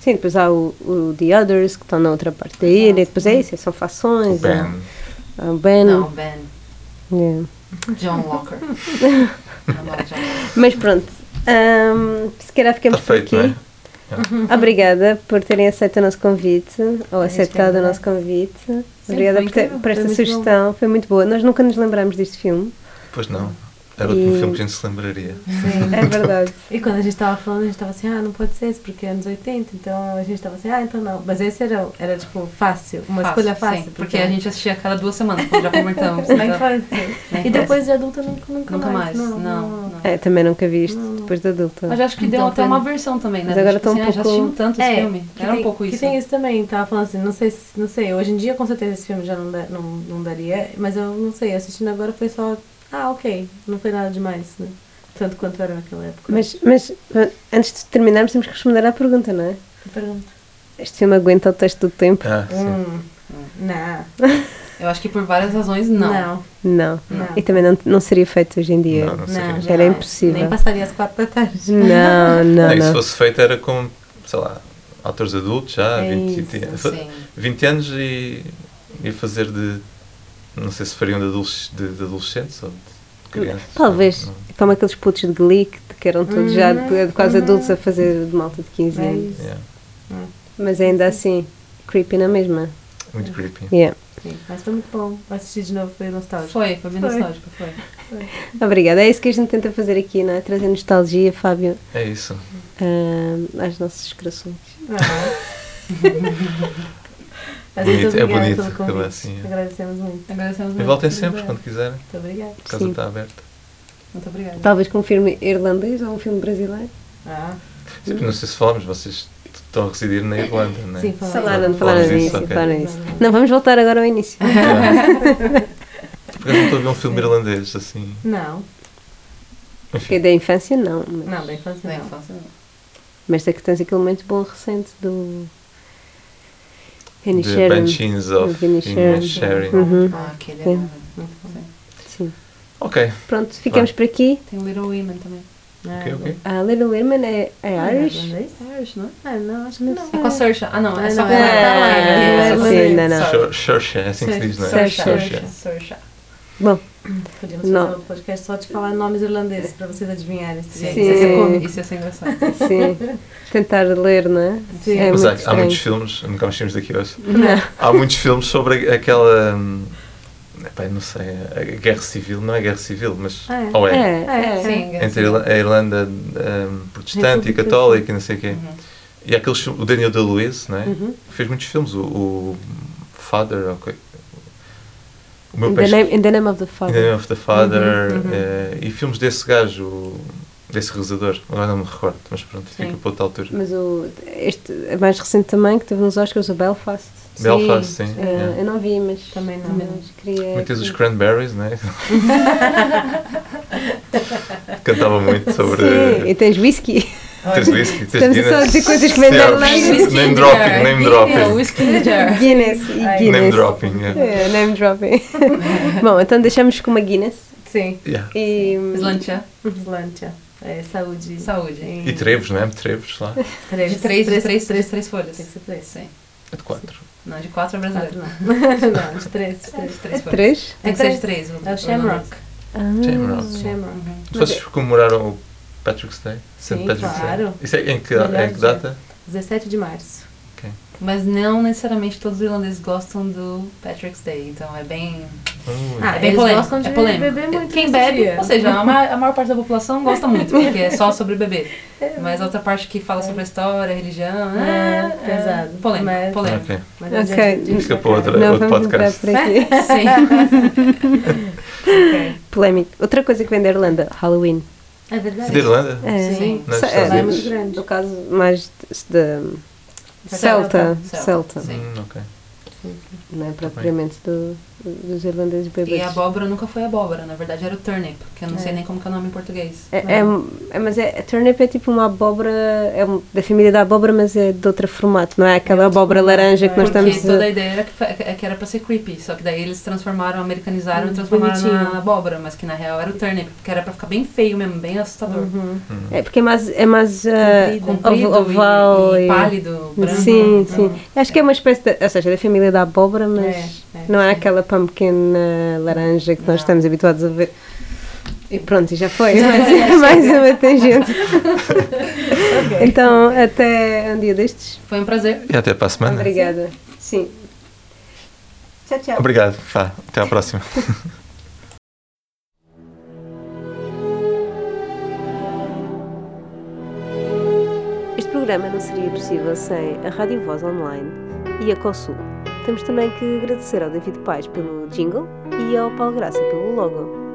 Sim, depois há o, o The Others, que estão na outra parte da ilha, e depois é isso, são O fações. Ben. há- há o Ben. É. Não, Ben. Yeah. John Walker. Amava John Walker. Mas pronto, ahm, se calhar Está ficamos feito, por não aqui. é? Uhum. Obrigada por terem aceito o nosso convite, ou aceitado o nosso convite. Obrigada é? foi por, ter- incrível, por esta foi muito sugestão, foi muito boa. Nós nunca nos lembramos deste filme, Pois não. Era o último E- filme que a gente se lembraria. é verdade. E quando a gente tava falando, a gente tava assim, ah, não pode ser esse, porque é anos 80, então a gente tava assim, ah, então não. Mas esse era, era tipo, fácil, uma Fácil, escolha sim, fácil. é porque a gente assistia a cada duas semanas, quando já convertamos. Na então- infância. Na E depois de adulta nunca, nunca, Nunca mais, Não, não, não. É, também nunca vi isto depois da Mas adulta. acho que deu Então, até foi- uma versão também, né? Mas agora tipo tá um assim, ah, já pouco- assistiam tanto esse filme. É, que Era tem- um pouco isso. Que tem isso também, tava falando assim, não sei, se- não sei, hoje em dia com certeza esse filme já não, dá- não, não daria, mas eu não sei, assistindo agora foi só, ah, ok, não foi nada demais, né? Tanto quanto era naquela época. Mas, mas ah, antes de terminarmos, temos que responder à pergunta, não é? Pergunta. Este filme aguenta o teste do tempo? Ah, sim. Hum, não, Eu acho que por várias razões, não. não, Não. Não. E também não, não seria feito hoje em dia. Não, não seria. não, Era jamais. impossível. Nem passaria às quatro da tarde. Não, não, Não, e se não. fosse feito era com, sei lá, autores adultos já, É 20, isso, fa- Sim. 20 anos e, e fazer de. Não sei se fariam de, adolesc- de- de adolescentes ou de crianças. Hum, Talvez, Não, é? como aqueles putos de Glee que que eram todos já de- quase adultos a fazer de malta de 15 Uhum. É anos. isso. yeah. Mas ainda assim, creepy na mesma. Muito creepy. Yeah. Sim, mas foi muito bom. Vou assistir de novo, foi nostálgico. Foi, foi bem Foi. nostálgico, foi. Obrigada. É isso que a gente tenta fazer aqui, não é? Trazer nostalgia, Fábio, É isso. ah, aos nossos corações. Mas Bonito, muito é obrigada bonito pelo acabar convite. assim, é. Agradecemos muito. Agradecemos E muito. voltem sempre quando quiserem. Muito obrigada. A casa Sim. está aberta. Muito obrigada. Talvez com um filme irlandês ou um filme brasileiro. Ah, Sempre, não sei se falamos, vocês t- estão a residir na Irlanda, não é? Sim, falamos. Falaram, Falamos falaram disso, nisso, ok. falaram nisso. Não, vamos voltar agora ao início. Porque eu não estou a ver um filme irlandês assim. não, Porque da infância, não. Mas, não, da infância Na não. infância, não. mas é que tens aquele momento bom recente do. Any The Sharon. Banshees of Vinnie Sharon. Inisherin. Uhum, Ah, aquele é Sim. maravilhoso. sim. Ok, Pronto, ficamos por aqui. Tem Little Women também. ok, ok. A Little Women é, é Ah, Irish? irlandês? Irish, não é? Ah, não, acho que não. É com a Saoirse. Ah, não, é Ah, só não, ela. é, Ela é, é, é, só sim, ela. não, não. Sorry. Shor- Shorsha, é assim que se diz, não é? Saoirse. Saoirse. Shorsha. Saoirse. Bom, Podíamos Não. fazer um podcast só de falar nomes irlandeses pra vocês adivinharem. se Sim, é Isso ia ser Sim. cômico, isso ia ser engraçado. sim. Tentar ler, não é? Sim. É Mas muito há, há estranho. muitos filmes, nunca mais filmes daqui hoje. Não. Há muitos filmes sobre a- aquela. hum, epá, eu não sei, a a guerra civil, não é guerra civil, mas. Ah, é? Ou É, é? é. Sim, Entre a Irla- a Irlanda hum, protestante e República. católica e não sei o quê. Uhum. E há aqueles filmes, o Daniel Day-Lewis, não é? Uhum. Que Fez muitos filmes, o, o Father, ou coi- o meu In, the peixe. name, Uhum. in the name of the In Father. the Name of the Father eh, e filmes desse gajo, o- desse realizador, agora não me recordo, mas pronto, fica Sim. para outra altura. Mas o este é mais recente também, que teve nos Oscars, o Belfast. Belfast, sim. É, yeah. Eu não vi, mas Também não. mas queria. Muitas dos Cranberries, né? Cantava muito sobre. Sim, e eh, tens whisky. Tens whisky, tens Estamos só a dizer Guinness. coisas que vêm da Yeah, Irlanda. Name dropping, name dropping. Whisky in the jar. Guinness e Guinness. Name dropping, yeah. É, name dropping. Bom, então deixamos com uma Guinness Sim, Yeah. e. Slantia. Islândia. É, saúde. Saúde. Em E trevos, né? Trevos lá. Três. De três, de três, três, três Tem que folhas. ser três. Sim. É de quatro. Não, de quatro é Quatro, brasileiro. não. não, de três, de De três. três folhas. Três? Tem que ser de três. É o Shamrock. Hum, é Ah. Shamrock. Shamrock. Uhum. Vocês comemoraram o Patrick's Day? St. Sim, Patrick's claro. Day. Isso é em que, Melhor em que dia. data? 17 de março. Mas não necessariamente todos os irlandeses gostam do Patrick's Day, então é bem, Ui. Ah, é bem eles polêmico. gostam de é polêmico. beber muito Quem nesse bebe, dia. ou seja, a ma- a maior, parte da população gosta muito, porque é só sobre beber. Mas a outra parte que fala sobre a história, a religião, é, É. É, pesado. Polêmico, Mas- polêmico. Ah, Ok. Mas é um a gente- Ok. Fica para outra, Não, outro vamos entrar podcast. por aqui. Sim. Ok. Polémico. Outra coisa que vem da Irlanda, Halloween. É verdade. De Irlanda? É. Sim. Não é dos Sa- Estados é, Unidos? mas No caso mais de, de- Celta. é Celta, Celta. sim. Hum, ok. Não é propriamente do, dos irlandeses bêbados. E a abóbora nunca foi abóbora, na verdade era o turnip, que eu não sei nem como que é o nome em português. É, é, é, mas é, a turnip é tipo uma abóbora, é um- da família da abóbora, mas é de outro formato, não é aquela abóbora laranja que nós tipo, Porque é estamos. toda a- a ideia era que, fa- é que era pra ser creepy, só que daí eles transformaram, americanizaram e transformaram Hum, bonitinho. na abóbora, mas que na real era o turnip, porque era pra ficar bem feio mesmo, bem assustador. É porque é mais, é mais ah, Comprido ov- oval e, e- e pálido, branco. Sim, então- sim. Acho que é uma espécie, da, ou seja, da família da abóbora, mas É, é, não é sim. aquela pumpkin ah, laranja que Não. nós estamos habituados a ver. E pronto, e já foi. Mais, mais uma tangente. Então, até um dia destes. Foi um prazer. E até para a semana. Obrigada. Sim. Tchau, tchau. Obrigado. Vá, até à próxima. Este programa não seria possível sem a Rádio Voz Online e a COSUL. Temos também que agradecer ao David Paz pelo jingle e ao Paulo Graça pelo logo.